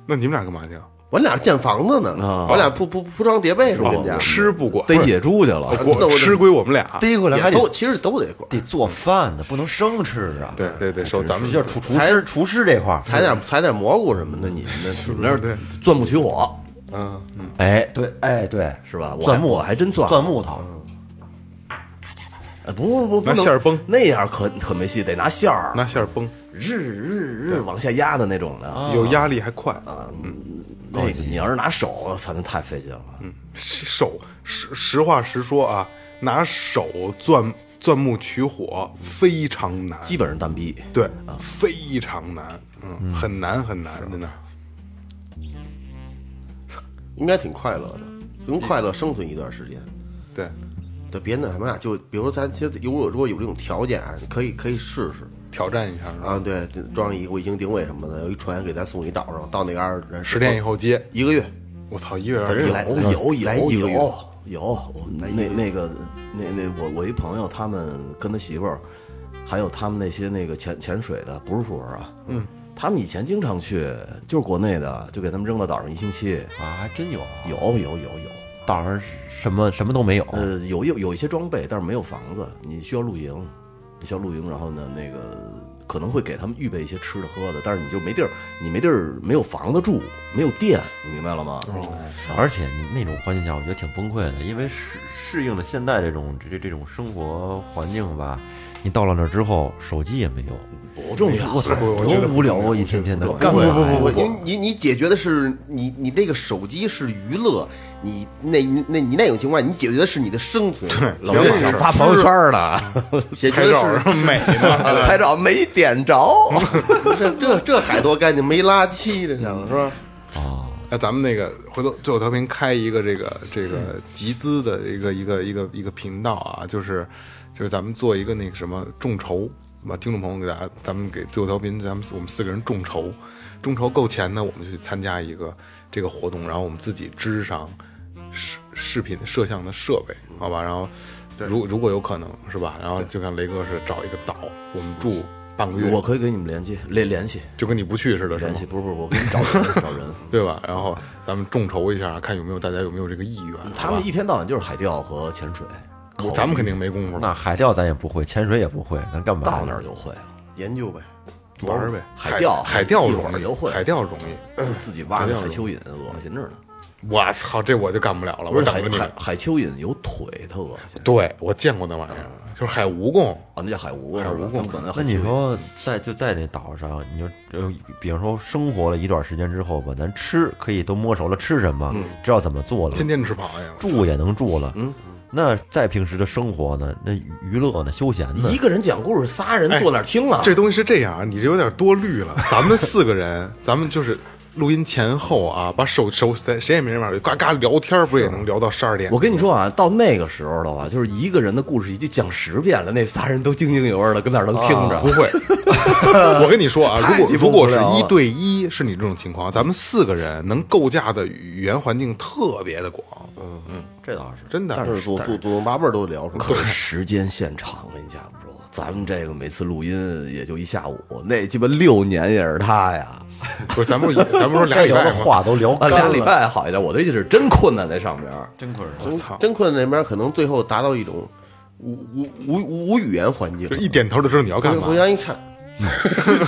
Speaker 3: 那你们俩干嘛去啊？
Speaker 4: 我俩建房子呢，我俩铺铺铺装叠啊被是我们家
Speaker 3: 哦，吃不管，
Speaker 6: 逮野猪去了，
Speaker 4: 那我
Speaker 3: 我
Speaker 4: 得
Speaker 3: 吃归我们俩。
Speaker 5: 逮过来还
Speaker 4: 也
Speaker 5: 得
Speaker 4: 都其实都得管，
Speaker 5: 得做饭呢，不能生吃啊。
Speaker 3: 对对对，手咱们
Speaker 5: 就厨厨师厨师这块儿，
Speaker 4: 采点采点蘑菇什么的，你们那是不
Speaker 6: 那
Speaker 4: 是？
Speaker 6: 儿钻木取火
Speaker 3: 嗯
Speaker 5: 哎，对，哎对，
Speaker 6: 是吧？我还
Speaker 5: 钻木
Speaker 6: 我还真钻
Speaker 5: 钻，木头，
Speaker 6: 哎不不不，不
Speaker 3: 拿
Speaker 6: 能
Speaker 3: 线儿崩
Speaker 6: 那样可可没戏，得拿线儿，
Speaker 3: 拿线儿崩，
Speaker 6: 日日日往下压的那种的。
Speaker 3: 有压力还快，
Speaker 6: 那个你要是拿手，我操，那太费劲了。
Speaker 3: 手实实话实说啊，拿手钻钻木取火非常难，
Speaker 6: 基本上单逼，
Speaker 3: 对，非常难，嗯，很难很难，真的。
Speaker 4: 应该挺快乐的，能快乐生存一段时间。
Speaker 3: 对，
Speaker 4: 对，别那什么呀，就比如说咱现在有如果有这种条件啊，你可以可以试试
Speaker 3: 挑战一下是吧？
Speaker 4: 啊。对，装一个卫星定位什么的，有一船给咱送一岛上，到那嘎儿人
Speaker 3: 十天以
Speaker 4: 后
Speaker 3: 后接，
Speaker 4: 一个月，
Speaker 3: 我操，一个人
Speaker 4: 本人来
Speaker 6: 有
Speaker 4: 来
Speaker 6: 有
Speaker 4: 来
Speaker 6: 有
Speaker 4: 一个月
Speaker 6: 有有，我那那个那那我我一朋友，他们跟他媳妇儿，还有他们那些那个潜潜水的，不是富人啊，嗯，他们以前经常去，就是国内的，就给他们扔到岛上一星期，
Speaker 5: 啊，还真有啊
Speaker 6: 有有有有，
Speaker 5: 岛上什么什么都没有，
Speaker 6: 呃，有有有一些装备，但是没有房子，你需要露营，你需要露营，然后呢，那个可能会给他们预备一些吃的喝的，但是你就没地儿，你没地儿，没有房子住，没有电，你明白了吗？
Speaker 5: 而且你那种环境下，我觉得挺崩溃的，因为适适应了现在这种这这种生活环境吧，你到了那儿之后，手机也没有，
Speaker 6: 不重要，
Speaker 5: 我操，
Speaker 3: 我觉得
Speaker 5: 多
Speaker 3: 不
Speaker 5: 无聊
Speaker 3: 重要
Speaker 5: 啊！一天天的
Speaker 4: 不
Speaker 5: 干嘛
Speaker 4: 会
Speaker 5: 呀？
Speaker 4: 不不不，因你你解决的是你你那个手机是娱乐，你那那你那种情况，你解决的是你的生存，
Speaker 6: 老岳想发朋友圈呢，
Speaker 4: 解决
Speaker 3: 拍照
Speaker 4: 的
Speaker 3: 美呢，
Speaker 6: 拍照没点着，
Speaker 4: 是这这这海多干净，没垃圾，这想是吧？
Speaker 3: 那咱们那个回头最后调频开一个这个这个集资的一个一个一个一个频道啊，就是就是咱们做一个那个什么众筹，把听众朋友给大家，咱们给最后调频，咱们我们四个人众筹，众筹够钱呢，我们去参加一个这个活动，然后我们自己支上视视频摄像的设备，好吧？然后如如果有可能是吧？然后就看雷哥是找一个岛，我们住半个月，
Speaker 6: 我可以给你们联系联联系
Speaker 3: 就跟你不去似的，是吗
Speaker 6: 联系，？不是不是，我给你找人找人。
Speaker 3: 对吧？然后咱们众筹一下，看有没有大家有没有这个意愿。
Speaker 6: 他们一天到晚就是海钓和潜水，
Speaker 3: 我咱们肯定没工夫了。
Speaker 5: 那海钓咱也不会，潜水也不会，咱干嘛呀？
Speaker 6: 到那儿就会了。
Speaker 4: 研究呗，
Speaker 3: 玩儿呗，
Speaker 6: 海钓
Speaker 3: 海钓
Speaker 6: 一
Speaker 3: 容
Speaker 6: 会儿
Speaker 3: 易
Speaker 6: 游，会
Speaker 3: 海钓容易。
Speaker 6: 自自己挖那海蚯蚓，恶心着呢。
Speaker 3: 我操，这我就干不了了，
Speaker 6: 不
Speaker 3: 我
Speaker 6: 是
Speaker 3: 等
Speaker 6: 海
Speaker 3: 着你们
Speaker 6: 海。海蚯蚓有腿，特恶心。
Speaker 3: 对，我见过那玩意儿，
Speaker 6: 嗯
Speaker 3: 就是海蜈蚣。
Speaker 6: 啊，那叫海蜈蚣，
Speaker 3: 海
Speaker 6: 是
Speaker 3: 蜈蚣
Speaker 6: 吧他们管它
Speaker 5: 那
Speaker 6: 海蚯蚓
Speaker 5: 你说在就在这岛上，你就呃，比方说生活了一段时间之后吧，咱吃可以都摸熟了吃什么，知道怎么做了，
Speaker 3: 天天吃螃蟹，
Speaker 5: 住也能住了。嗯，那在平时的生活呢，那娱乐呢，休闲呢
Speaker 6: 一，个人讲故事，仨人坐那儿听啊，
Speaker 3: 这东西是这样，你这有点多虑了。咱们四个人，咱们就是录音前后啊，把手手谁谁也没人玩，嘎嘎聊天，不也能聊到十二点
Speaker 6: 我？跟你说啊，到那个时候的话，就是一个人的故事已经讲十遍了，那仨人都津津有味的，跟那儿能听着。
Speaker 3: 不会，我跟你说啊，如
Speaker 6: 太
Speaker 3: 果
Speaker 6: 鸡巴
Speaker 3: 如果
Speaker 6: 无
Speaker 3: 是
Speaker 6: 聊了
Speaker 3: 一对一，是你这种情况，咱们四个人能构架的语言环境特别的广，
Speaker 5: 这倒是。
Speaker 3: 真的。
Speaker 4: 但是祖祖祖宗八辈儿都聊出来
Speaker 6: 可是时间线长，我跟你讲，bro，咱们这个每次录音也就一下午，那鸡巴六年也是他呀，
Speaker 3: 不是，咱们咱们 说俩
Speaker 5: 该
Speaker 3: 礼
Speaker 5: 聊
Speaker 3: 拜
Speaker 5: 的
Speaker 3: 嘛
Speaker 5: 话都聊
Speaker 6: 啊，
Speaker 5: 干
Speaker 6: 俩
Speaker 5: 了，
Speaker 6: 礼拜好一点。我的意思是真困难在上边儿，
Speaker 4: 真真困那边可能最后达到一种无无无无无语言环境
Speaker 3: 就，一点头就知道你要干
Speaker 4: 回
Speaker 3: 嘛
Speaker 4: 回。家一看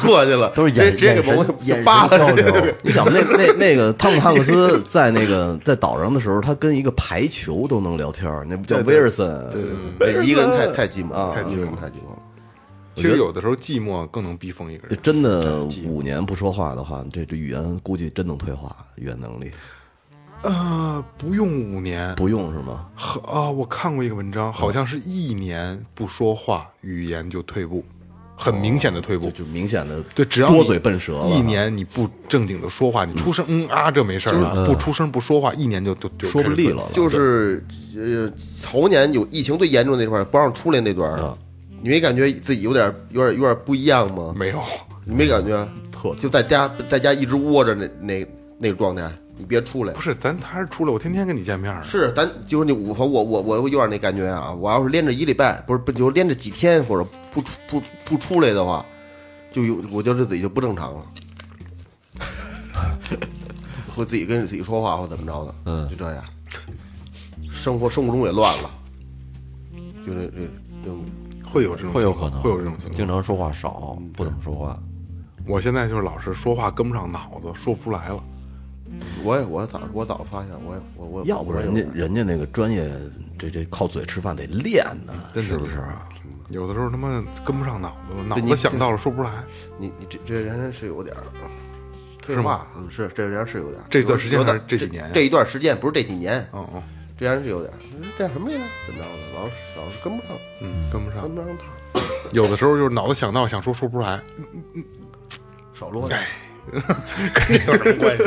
Speaker 4: 过去了，
Speaker 5: 都是
Speaker 4: 直接
Speaker 5: 眼
Speaker 4: 直接给
Speaker 5: 眼
Speaker 4: 朋
Speaker 5: 神
Speaker 4: 友
Speaker 5: 眼
Speaker 4: 扒
Speaker 5: 神
Speaker 4: 拉
Speaker 5: 交
Speaker 4: 着
Speaker 5: 流。
Speaker 6: 你想吧，那那那个汤姆汉克斯在那个在岛上的时候，他跟一个排球都能聊天儿，那不叫威尔森？
Speaker 4: 对对嗯对，一个人太太寂寞了，
Speaker 3: 太
Speaker 4: 一个
Speaker 3: 寂
Speaker 4: 人
Speaker 3: 寞
Speaker 4: 太寂寞了。
Speaker 3: 其实有的时候寂寞更能逼疯一个
Speaker 6: 这
Speaker 3: 人。
Speaker 6: 真的五年不说话的话，这这语言估计真能退化，语言能力
Speaker 3: 呃，不用五年，
Speaker 6: 不用是吗？
Speaker 3: 呵啊、我看过一个文章，好像是一年不说话，语言就退步，很明显的退步。
Speaker 6: 就就明显的
Speaker 3: 对，只要
Speaker 6: 多
Speaker 3: 你
Speaker 6: 嘴笨舌了，
Speaker 3: 一年你不正经的说话，你出声嗯啊这没事儿啊，不出声不说话，一年就就就
Speaker 6: 说不利落了。
Speaker 4: 就是呃，头年有疫情最严重那块儿，不让出来那段儿，啊
Speaker 5: 啊
Speaker 4: 你没感觉自己有点有点有点不一样吗？
Speaker 3: 没有。
Speaker 6: 嗯
Speaker 4: 你没感觉？
Speaker 6: 特
Speaker 4: 就在家在家一直窝着那那那个状态，你别出来
Speaker 3: 不。是，咱还是出来，我天天跟你见面儿。
Speaker 4: 是，咱就是那我我我我有点那感觉啊！我要是连着一礼拜，不是不就连着几天，或者不出不不出来的话，就有我觉得自己就不正常了，会自己跟自己说话或怎么着的，嗯，就这样。生活生活中也乱了，就这这这种
Speaker 3: 会有这种
Speaker 5: 会有
Speaker 3: 情况
Speaker 5: 可能，
Speaker 3: 会有这种情况。
Speaker 5: 经常说话少，不怎么说话。
Speaker 3: 我现在就是老是说话跟不上脑子，说不出来了。
Speaker 4: 我也我早我早发现我也我我
Speaker 6: 要不
Speaker 4: 我也
Speaker 6: 人家人家那个专业，这这靠嘴吃饭得练呢，
Speaker 3: 真的
Speaker 6: 是不是？
Speaker 3: 有的时候他妈跟不上脑子了，脑
Speaker 4: 你
Speaker 3: 子想到了说不出来。
Speaker 4: 你你这这人是有点儿退化，嗯是这人是有点儿
Speaker 3: 这段时间
Speaker 4: 有点
Speaker 3: 还是这几年呀
Speaker 4: 这这一段时间不是这几年，
Speaker 3: 嗯嗯
Speaker 4: 这人是有点儿这叫什么来着？怎么着的？老是老是跟不上，
Speaker 3: 嗯，跟不上
Speaker 4: 跟。不上趟，
Speaker 3: 有的时候就是脑子想到想说说不出来，
Speaker 4: 少啰嗦。
Speaker 3: 哎跟这有什么关系？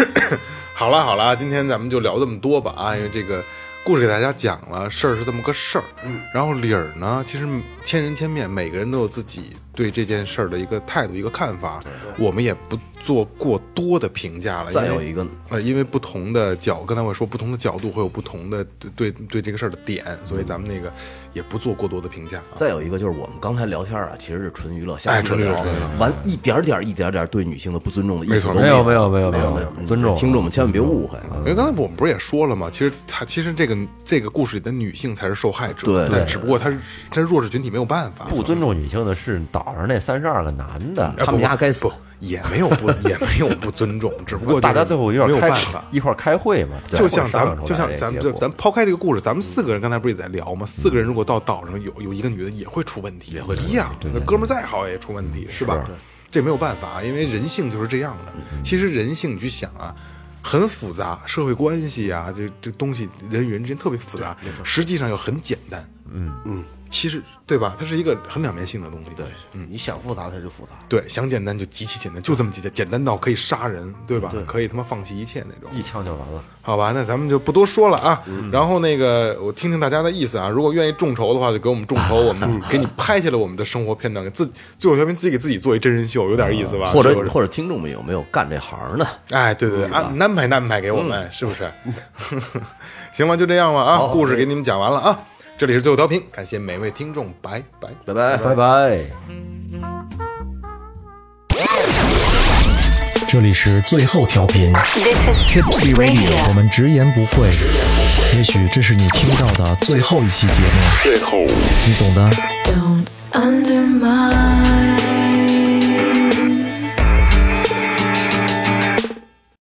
Speaker 3: 好了好了，今天咱们就聊这么多吧啊，因为这个故事给大家讲了，事儿是这么个事儿。嗯，然后理儿呢，其实千人千面，每个人都有自己对这件事儿的一个态度、一个看法，我们也不做过多的评价了。
Speaker 6: 再
Speaker 3: 因为
Speaker 6: 有一个
Speaker 3: 呃，因为不同的角，刚才我也说不同的角度会有不同的对对对这个事儿的点，所以
Speaker 6: 嗯
Speaker 3: 咱们那个也不做过多的评价啊。
Speaker 6: 再有一个就是我们刚才聊天啊，其实是纯娱乐，下
Speaker 3: 哎
Speaker 6: 次
Speaker 3: 纯娱乐
Speaker 6: 聊
Speaker 3: 纯娱乐
Speaker 6: 完一点点一点点对女性的不尊重的意
Speaker 3: 没
Speaker 6: 思
Speaker 3: 错
Speaker 6: 都没
Speaker 5: 没有没
Speaker 6: 有
Speaker 5: 有没有没有
Speaker 6: 没
Speaker 5: 有，尊重
Speaker 6: 听众们千万别误会啊。
Speaker 3: 因为刚才我们不是也说了吗？其实她其实这个这个故事里的女性才是受害者，
Speaker 6: 对
Speaker 3: 但只不过她是她是弱势群体，没有办法，
Speaker 5: 不尊重女性的是岛上那三十二个男的，
Speaker 6: 他们家该死
Speaker 3: 不，也没有不也没有不尊重，只不过就是
Speaker 5: 大家最后一块
Speaker 3: 没有
Speaker 5: 开
Speaker 3: 办法。
Speaker 5: 一块开会嘛，对
Speaker 3: 就像咱
Speaker 5: 或
Speaker 3: 们，
Speaker 5: 者
Speaker 3: 就
Speaker 5: 商量
Speaker 3: 像
Speaker 5: 出来
Speaker 3: 咱们，
Speaker 5: 这个
Speaker 3: 就
Speaker 5: 结果
Speaker 3: 咱抛开这个故事，咱们四个人刚才不是也在聊吗？四个人如果到岛上有有一个女的也会出问题，也会一样。那哥们儿再好也出问题，是嗯吧？这没有办法，啊因为人性就是这样的。其实人性，你去想啊，很复杂，社会关系啊，这这东西人与人之间特别复杂，实际上又很简单。嗯嗯，其实对吧？它是一个很两面性的东西。对，
Speaker 4: 嗯你想复杂它就复杂，
Speaker 3: 对，想简单就极其简单，就这么简单，简单到可以杀人，对吧？可以他妈放弃一切那种。
Speaker 5: 一枪就完了。
Speaker 3: 好吧，那咱们就不多说了啊。然后那个，我听听大家的意思啊。如果愿意众筹的话，就给我们众筹，
Speaker 6: 嗯
Speaker 3: 我们给你拍下来我们的生活片段，给自最后调频自己给自己做一真人秀，有点意思吧？
Speaker 6: 或
Speaker 3: 是哎不
Speaker 6: 者
Speaker 3: 是
Speaker 6: 或者听众们有没有干这行的？
Speaker 3: 哎，对对对，安安排安排给我
Speaker 6: 嗯
Speaker 3: 们，是不是？ 行吧，就这样吧啊。故事给你们讲完了啊。这里是最后调频，感谢每位听众，拜拜。
Speaker 6: 拜拜。
Speaker 5: 拜拜。
Speaker 2: 这里是最后调频
Speaker 7: This is
Speaker 2: Tipsy Radio，我
Speaker 7: Radio.
Speaker 2: 们直言不讳，也许这是你听到的最后一期节目，最后，你懂的。
Speaker 7: Don't undermine.